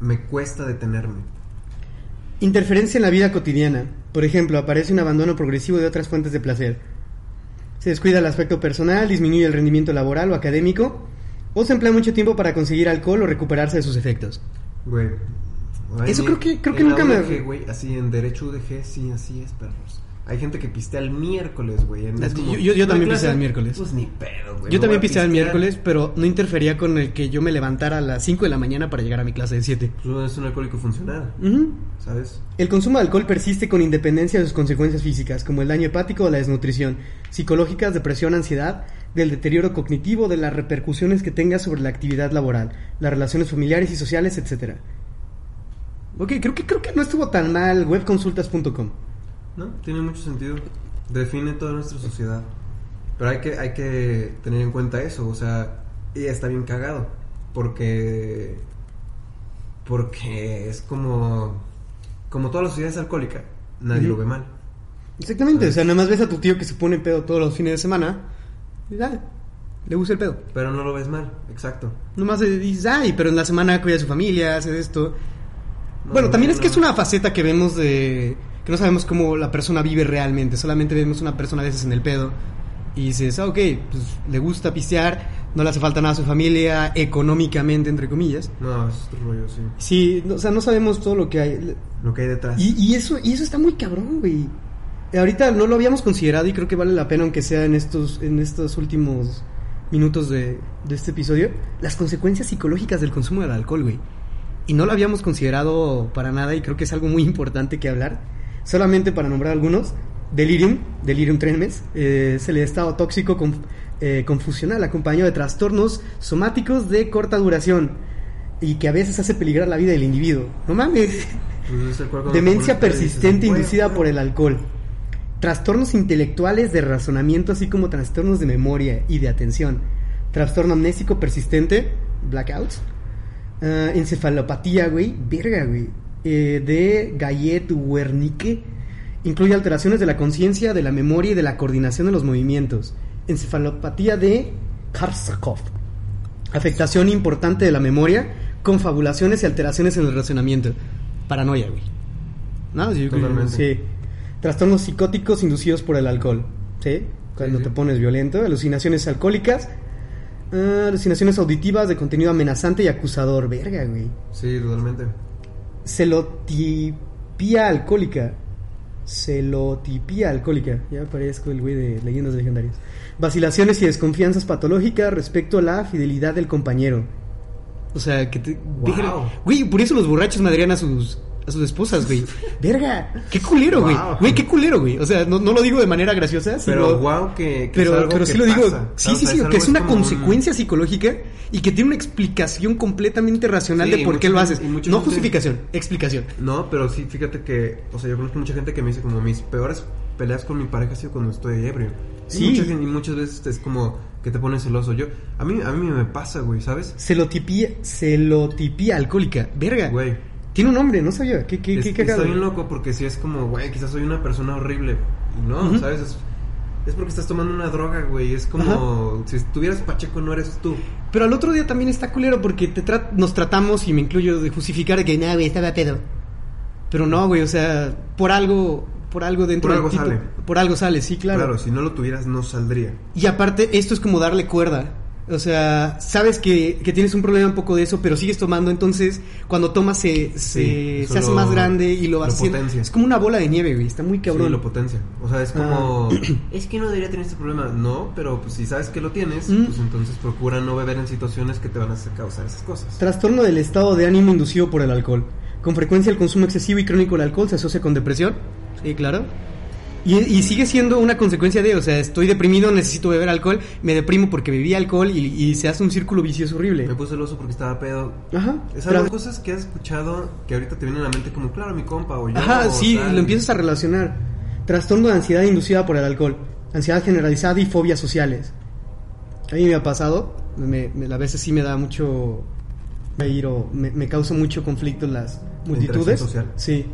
[SPEAKER 1] me cuesta detenerme.
[SPEAKER 2] Interferencia en la vida cotidiana. Por ejemplo, aparece un abandono progresivo de otras fuentes de placer. Se descuida el aspecto personal, disminuye el rendimiento laboral o académico, o se emplea mucho tiempo para conseguir alcohol o recuperarse de sus efectos.
[SPEAKER 1] Güey. Ay,
[SPEAKER 2] Eso creo que- creo que
[SPEAKER 1] en la
[SPEAKER 2] nunca me-
[SPEAKER 1] UDG, güey, así en derecho UDG, sí, así es, perros. Hay gente que pistea el miércoles, güey. en- es
[SPEAKER 2] Yo-
[SPEAKER 1] como,
[SPEAKER 2] yo- yo
[SPEAKER 1] "Güey,
[SPEAKER 2] también
[SPEAKER 1] clase".
[SPEAKER 2] pisteaba el miércoles.
[SPEAKER 1] Pues ni pedo, güey.
[SPEAKER 2] yo
[SPEAKER 1] no voy
[SPEAKER 2] también
[SPEAKER 1] a
[SPEAKER 2] pisteaba el
[SPEAKER 1] pistear.
[SPEAKER 2] miércoles, pero no interfería con el que yo me levantara a las 5 de la mañana para llegar a mi clase de 7.
[SPEAKER 1] Pues uno es un alcohólico funcional, ¿sabes?
[SPEAKER 2] El consumo de alcohol persiste con independencia de sus consecuencias físicas, como el daño hepático o la desnutrición, psicológicas, depresión, ansiedad, del deterioro cognitivo, de las repercusiones que tenga sobre la actividad laboral, las relaciones familiares y sociales, etc. Ok, creo que, creo que no estuvo tan mal webconsultas.com.
[SPEAKER 1] No, tiene mucho sentido. Define toda nuestra sociedad. Pero hay que, hay que tener en cuenta eso, o sea, y está bien cagado. Porque. Porque es como. Como toda la sociedad es alcohólica, nadie
[SPEAKER 2] Ujú.
[SPEAKER 1] lo ve mal.
[SPEAKER 2] Exactamente, o sea, nada más ves a tu tío que se pone pedo todos los fines de semana y dale, le gusta el pedo.
[SPEAKER 1] Pero no lo ves mal, exacto.
[SPEAKER 2] Nomás eh, dices, ay, pero en la semana cuida a su familia, hace esto.
[SPEAKER 1] No,
[SPEAKER 2] bueno,
[SPEAKER 1] no,
[SPEAKER 2] también
[SPEAKER 1] no,
[SPEAKER 2] es que
[SPEAKER 1] no.
[SPEAKER 2] es una faceta que vemos de... que no sabemos cómo la persona vive realmente, solamente vemos una persona a veces en el pedo y dices, ah, ok, pues le gusta pistear, no le hace falta nada a su familia, económicamente, entre comillas.
[SPEAKER 1] No, es otro rollo, sí.
[SPEAKER 2] Sí, no- o sea, no sabemos todo lo que hay.
[SPEAKER 1] Lo que hay detrás.
[SPEAKER 2] Y, y eso, y eso está muy cabrón, güey. Eh, Ahorita no lo habíamos considerado y creo que vale la pena, aunque sea en estos, en estos últimos minutos de, de este episodio, las consecuencias psicológicas del consumo del alcohol, güey. Y no lo habíamos considerado para nada y creo que es algo muy importante que hablar. Solamente para nombrar algunos, delirium, delirium tremens, eh, es el estado tóxico conf- eh, confusional acompañado de trastornos somáticos de corta duración y que a veces hace peligrar la vida del individuo. No mames.
[SPEAKER 1] Pues es el cual cuando te
[SPEAKER 2] Demencia
[SPEAKER 1] pones pedo y dices,
[SPEAKER 2] persistente
[SPEAKER 1] "Güey,
[SPEAKER 2] inducida
[SPEAKER 1] güey".
[SPEAKER 2] por el alcohol. Trastornos intelectuales de razonamiento, así como trastornos de memoria y de atención. Trastorno amnésico persistente, blackouts. Ah, encefalopatía, güey, verga, güey. Eh, de Gallet Wernicke. Incluye alteraciones de la conciencia, de la memoria y de la coordinación de los movimientos. Encefalopatía de Karsakov. Afectación importante de la memoria, confabulaciones y alteraciones en el razonamiento. Paranoia, güey. No, yo creo que-
[SPEAKER 1] Totalmente.
[SPEAKER 2] sí. Trastornos psicóticos inducidos por el alcohol. ¿Sí? Cuando
[SPEAKER 1] Sí, sí.
[SPEAKER 2] te pones violento. Alucinaciones alcohólicas. ah, alucinaciones auditivas de contenido amenazante y acusador. Verga, güey.
[SPEAKER 1] Sí, totalmente.
[SPEAKER 2] Celotipía alcohólica. Celotipía alcohólica. Ya parezco el güey de leyendas legendarias. Vacilaciones y desconfianzas patológicas respecto a la fidelidad del compañero. O sea, que te. verga. Güey, por eso los borrachos madrean a sus. A sus esposas, güey. Verga, qué culero, güey.
[SPEAKER 1] Wow.
[SPEAKER 2] Güey, qué culero, güey. O sea, no, no lo digo de manera graciosa, sino-
[SPEAKER 1] Pero wow, que, que es
[SPEAKER 2] pero,
[SPEAKER 1] algo
[SPEAKER 2] pero
[SPEAKER 1] que
[SPEAKER 2] sí lo digo,
[SPEAKER 1] pasa.
[SPEAKER 2] sí, sí,
[SPEAKER 1] O sea,
[SPEAKER 2] sí, que
[SPEAKER 1] algo-
[SPEAKER 2] es una
[SPEAKER 1] como un-
[SPEAKER 2] consecuencia psicológica y que tiene una explicación completamente racional
[SPEAKER 1] Sí,
[SPEAKER 2] de
[SPEAKER 1] y
[SPEAKER 2] por qué lo
[SPEAKER 1] mucha gente-
[SPEAKER 2] haces.
[SPEAKER 1] y mucha
[SPEAKER 2] No
[SPEAKER 1] gente-
[SPEAKER 2] justificación, explicación.
[SPEAKER 1] No, pero sí, fíjate que, o sea, yo conozco mucha gente que me dice como mis peores peleas con mi pareja ha sido cuando estoy ebrio. Y
[SPEAKER 2] Sí.
[SPEAKER 1] mucha gente- y muchas veces es como que te pones celoso. Yo, a mí, a mí me pasa, güey, ¿sabes?
[SPEAKER 2] Celotipía, celotipía alcohólica, verga.
[SPEAKER 1] Güey,
[SPEAKER 2] Tiene un nombre, no sabía. ¿Qué, qué,
[SPEAKER 1] es-
[SPEAKER 2] qué
[SPEAKER 1] está
[SPEAKER 2] cagado.
[SPEAKER 1] bien loco porque si es como, güey, quizás soy una persona horrible. Y no,
[SPEAKER 2] Ujú.
[SPEAKER 1] ¿sabes? Es, es porque estás tomando una droga, güey. Es como, si estuvieras pacheco no eres tú.
[SPEAKER 2] Pero al otro día también está culero porque te tra- nos tratamos, y me incluyo, de justificar que nada, güey, estaba pedo. Pero no, güey, o sea, por algo, por algo dentro
[SPEAKER 1] Por
[SPEAKER 2] del
[SPEAKER 1] algo
[SPEAKER 2] tipo-
[SPEAKER 1] sale.
[SPEAKER 2] Por algo sale, sí,
[SPEAKER 1] Claro. si no lo tuvieras no saldría.
[SPEAKER 2] Y aparte, esto es como darle cuerda. O sea, sabes que, que tienes un problema un poco de eso, pero sigues tomando. Entonces, cuando tomas, se, se,
[SPEAKER 1] Sí, eso
[SPEAKER 2] se hace
[SPEAKER 1] lo-
[SPEAKER 2] más grande y lo
[SPEAKER 1] lo
[SPEAKER 2] vas haciendo.
[SPEAKER 1] potencia.
[SPEAKER 2] Es como una bola de nieve, güey. Está muy cabrón. Ah.
[SPEAKER 1] Sí, lo potencia. O sea, es como. Es que no debería tener este problema. No, pero pues si sabes que lo tienes,
[SPEAKER 2] Mm.
[SPEAKER 1] pues entonces procura no beber en situaciones que te van a hacer causar esas cosas.
[SPEAKER 2] Trastorno del estado de ánimo inducido por el alcohol. Con frecuencia, el consumo excesivo y crónico del alcohol se asocia con depresión. Sí, claro. Y, y sigue siendo una consecuencia de, o sea, estoy deprimido, necesito beber alcohol, me deprimo porque bebí alcohol y, y se hace un círculo vicioso horrible.
[SPEAKER 1] Me puse celoso porque estaba pedo.
[SPEAKER 2] Ajá.
[SPEAKER 1] Es
[SPEAKER 2] Tras-
[SPEAKER 1] algo de cosas que has escuchado que ahorita te vienen a la mente como, claro, mi compa o yo.
[SPEAKER 2] Ajá,
[SPEAKER 1] o
[SPEAKER 2] sí,
[SPEAKER 1] tal.
[SPEAKER 2] lo empiezas a relacionar. Trastorno de ansiedad inducida por el alcohol, ansiedad generalizada y fobias sociales. A mí me ha pasado, me, me- a veces sí me da mucho, me, iro- me, me causa mucho conflicto en las multitudes.
[SPEAKER 1] interacción social.
[SPEAKER 2] Sí.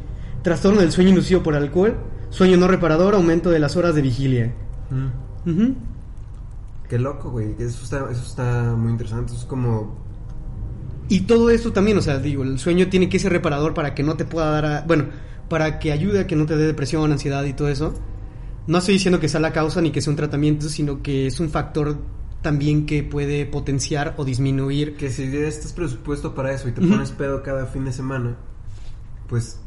[SPEAKER 2] Trastorno del sueño inducido por alcohol, sueño no reparador, aumento de las horas de vigilia.
[SPEAKER 1] Mm.
[SPEAKER 2] Ujú.
[SPEAKER 1] Qué loco, güey. Eso está, eso está muy interesante. Eso es como.
[SPEAKER 2] Y todo esto también, o sea, digo, el sueño tiene que ser reparador para que no te pueda dar, a- bueno, para que ayude a que no te dé depresión, ansiedad y todo eso. No estoy diciendo que sea la causa ni que sea un tratamiento, sino que es un factor también que puede potenciar o disminuir.
[SPEAKER 1] Que si ya estás presupuesto para eso y te
[SPEAKER 2] Ujú.
[SPEAKER 1] pones pedo cada fin de semana, pues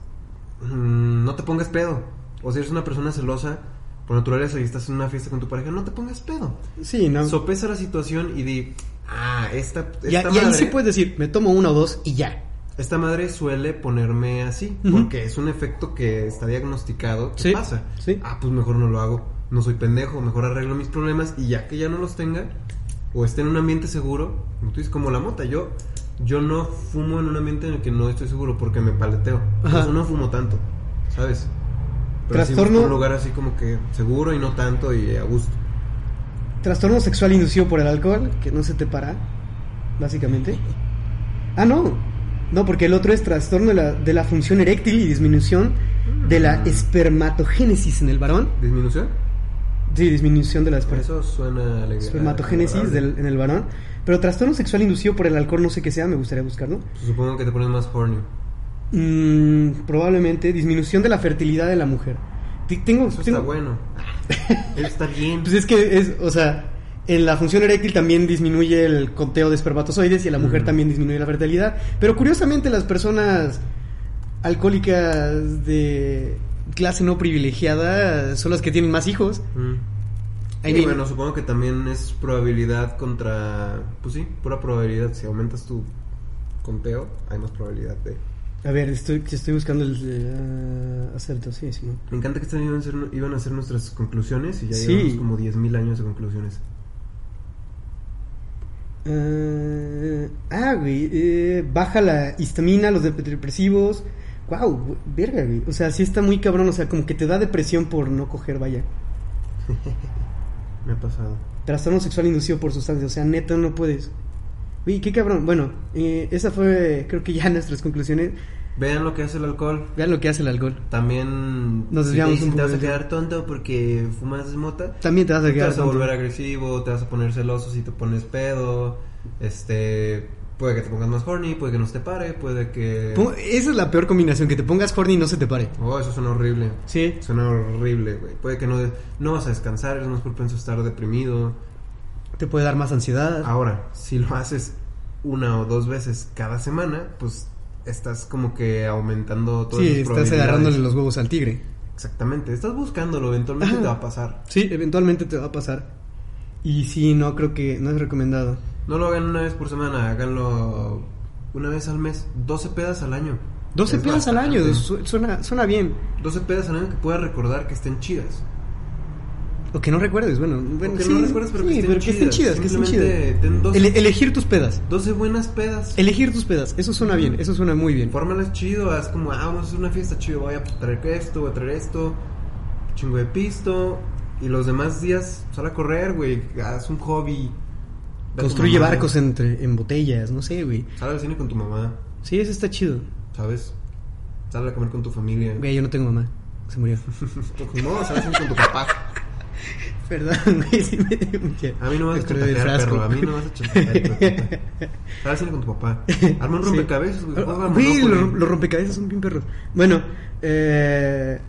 [SPEAKER 1] mm, no te pongas pedo. O si eres una persona celosa, por naturaleza, y estás en una fiesta con tu pareja, no te pongas pedo.
[SPEAKER 2] Sí, ¿no?
[SPEAKER 1] Sopesa la situación y di, ah, esta, esta
[SPEAKER 2] y, a- y
[SPEAKER 1] madre,
[SPEAKER 2] ahí sí puedes decir, me tomo uno o dos y ya.
[SPEAKER 1] esta madre suele ponerme así,
[SPEAKER 2] Ujú.
[SPEAKER 1] porque es un efecto que está diagnosticado, que
[SPEAKER 2] Sí,
[SPEAKER 1] pasa.
[SPEAKER 2] sí.
[SPEAKER 1] Ah, pues mejor no lo hago, no soy pendejo, mejor arreglo mis problemas y ya que ya no los tenga, o esté en un ambiente seguro, como tú dices, como la mota, yo, yo no fumo en un ambiente en el que no estoy seguro porque me paleteo, por
[SPEAKER 2] Ajá.
[SPEAKER 1] eso no fumo tanto, ¿sabes? Pero sí
[SPEAKER 2] Trastorno-
[SPEAKER 1] busco un lugar así como que seguro y no tanto y a gusto.
[SPEAKER 2] Trastorno sexual inducido por el alcohol, que no se te para, básicamente. Ah, no. No, porque el otro es trastorno de la, de la función eréctil y disminución de la espermatogénesis en el varón.
[SPEAKER 1] ¿Disminución?
[SPEAKER 2] Sí, disminución de la
[SPEAKER 1] Por
[SPEAKER 2] esperma-
[SPEAKER 1] eso suena alegre.
[SPEAKER 2] espermatogénesis
[SPEAKER 1] agradable.
[SPEAKER 2] del- en el varón. Pero trastorno sexual inducido por el alcohol, no sé qué sea, me gustaría buscarlo.
[SPEAKER 1] Supongo que te pones más horny.
[SPEAKER 2] Mm, probablemente disminución de la fertilidad de la mujer. Ti- Tengo,
[SPEAKER 1] Eso está
[SPEAKER 2] tengo-
[SPEAKER 1] bueno. Eso está bien.
[SPEAKER 2] Pues es que es, o sea, en la función eréctil también disminuye el conteo de espermatozoides y en la mujer
[SPEAKER 1] Ujú.
[SPEAKER 2] también disminuye la fertilidad. Pero curiosamente las personas alcohólicas de clase no privilegiada son las que tienen más hijos.
[SPEAKER 1] Mm.
[SPEAKER 2] Ahí
[SPEAKER 1] Y
[SPEAKER 2] viene.
[SPEAKER 1] bueno, supongo que también es probabilidad contra. Pues sí, pura probabilidad. Si aumentas tu conteo, hay más probabilidad de.
[SPEAKER 2] A ver, estoy, estoy buscando el eh, acepto, sí, sí. ¿no?
[SPEAKER 1] Me encanta que estas iban a ser, iban a ser nuestras conclusiones y ya
[SPEAKER 2] Sí.
[SPEAKER 1] llevamos como 10.000 años de conclusiones.
[SPEAKER 2] Eh, ah, güey, eh, baja la histamina, los depresivos. Wow, verga, güey. O sea, sí está muy cabrón, o sea, como que te da depresión por no coger, vaya.
[SPEAKER 1] Me ha pasado.
[SPEAKER 2] Trastorno sexual inducido por sustancias. O sea, neta, no puedes. Uy, qué cabrón. Bueno, eh, esa fue, creo que ya nuestras conclusiones.
[SPEAKER 1] Vean lo que hace el alcohol.
[SPEAKER 2] Vean lo que hace el alcohol.
[SPEAKER 1] También.
[SPEAKER 2] Nos
[SPEAKER 1] si
[SPEAKER 2] desviamos
[SPEAKER 1] te, dicen,
[SPEAKER 2] un
[SPEAKER 1] te vas a
[SPEAKER 2] poco del
[SPEAKER 1] quedar tonto porque fumas mota.
[SPEAKER 2] También te vas a
[SPEAKER 1] te
[SPEAKER 2] quedar.
[SPEAKER 1] vas a
[SPEAKER 2] tonto.
[SPEAKER 1] volver agresivo, te vas a poner celoso si te pones pedo, este, puede que te pongas más horny, puede que no se te pare, puede que...
[SPEAKER 2] Pon- Esa es la peor combinación, que te pongas horny y no se te pare.
[SPEAKER 1] Oh, eso suena horrible.
[SPEAKER 2] Sí.
[SPEAKER 1] Suena horrible, güey. Puede que no, de- no vas a descansar, eres más propenso a estar deprimido.
[SPEAKER 2] Te puede dar más ansiedad.
[SPEAKER 1] Ahora, si lo haces una o dos veces cada semana, pues estás como que aumentando todo
[SPEAKER 2] sí, estás agarrándole los huevos al tigre.
[SPEAKER 1] Exactamente, estás buscándolo, eventualmente
[SPEAKER 2] Ajá.
[SPEAKER 1] te va a pasar.
[SPEAKER 2] Sí, eventualmente te va a pasar. Y sí, no creo que no es recomendado.
[SPEAKER 1] No lo hagan una vez por semana, háganlo una vez al mes, 12 pedas al año.
[SPEAKER 2] 12
[SPEAKER 1] Es
[SPEAKER 2] pedas al año,
[SPEAKER 1] bastante.
[SPEAKER 2] su- suena, suena bien.
[SPEAKER 1] 12 pedas al año que puedas recordar que estén chidas.
[SPEAKER 2] O que no recuerdes, bueno, bueno
[SPEAKER 1] que
[SPEAKER 2] Oh, sí,
[SPEAKER 1] no recuerdes, pero que
[SPEAKER 2] sí,
[SPEAKER 1] estén
[SPEAKER 2] pero
[SPEAKER 1] chidas.
[SPEAKER 2] que estén chidas.
[SPEAKER 1] Simplemente ten dos-
[SPEAKER 2] Ele- elegir tus pedas.
[SPEAKER 1] 12 buenas pedas.
[SPEAKER 2] Elegir tus pedas, eso suena bien, eso suena muy bien.
[SPEAKER 1] Infórmalas chido, haz como, ah, vamos a hacer una fiesta chido, voy a traer esto, voy a traer esto, chingo de pisto. Y los demás días sal a correr, güey, haz un hobby. Ve a tu
[SPEAKER 2] Construye
[SPEAKER 1] mamá,
[SPEAKER 2] barcos entre, en botellas, no sé, güey.
[SPEAKER 1] Sal al cine con tu mamá,
[SPEAKER 2] Sí, eso está chido.
[SPEAKER 1] ¿sabes? Sal a comer con tu familia.
[SPEAKER 2] Güey, yo no tengo mamá, se murió.
[SPEAKER 1] No, sal al cine con tu papá.
[SPEAKER 2] Perdón, güey, sí me dio mucha-
[SPEAKER 1] A mí no me vas a
[SPEAKER 2] creo de
[SPEAKER 1] chantajear,
[SPEAKER 2] frasco.
[SPEAKER 1] perro. A mí no me vas a chantajear, perro. Sal al cine con tu papá. Arma un
[SPEAKER 2] Sí.
[SPEAKER 1] rompecabezas, güey. juega
[SPEAKER 2] Ah,
[SPEAKER 1] al
[SPEAKER 2] Güey,
[SPEAKER 1] Monopoly.
[SPEAKER 2] los, los rompecabezas son bien perros. Bueno, eh,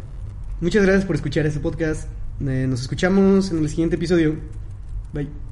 [SPEAKER 2] muchas gracias por escuchar este podcast. Eh, nos escuchamos en el siguiente episodio. Bye.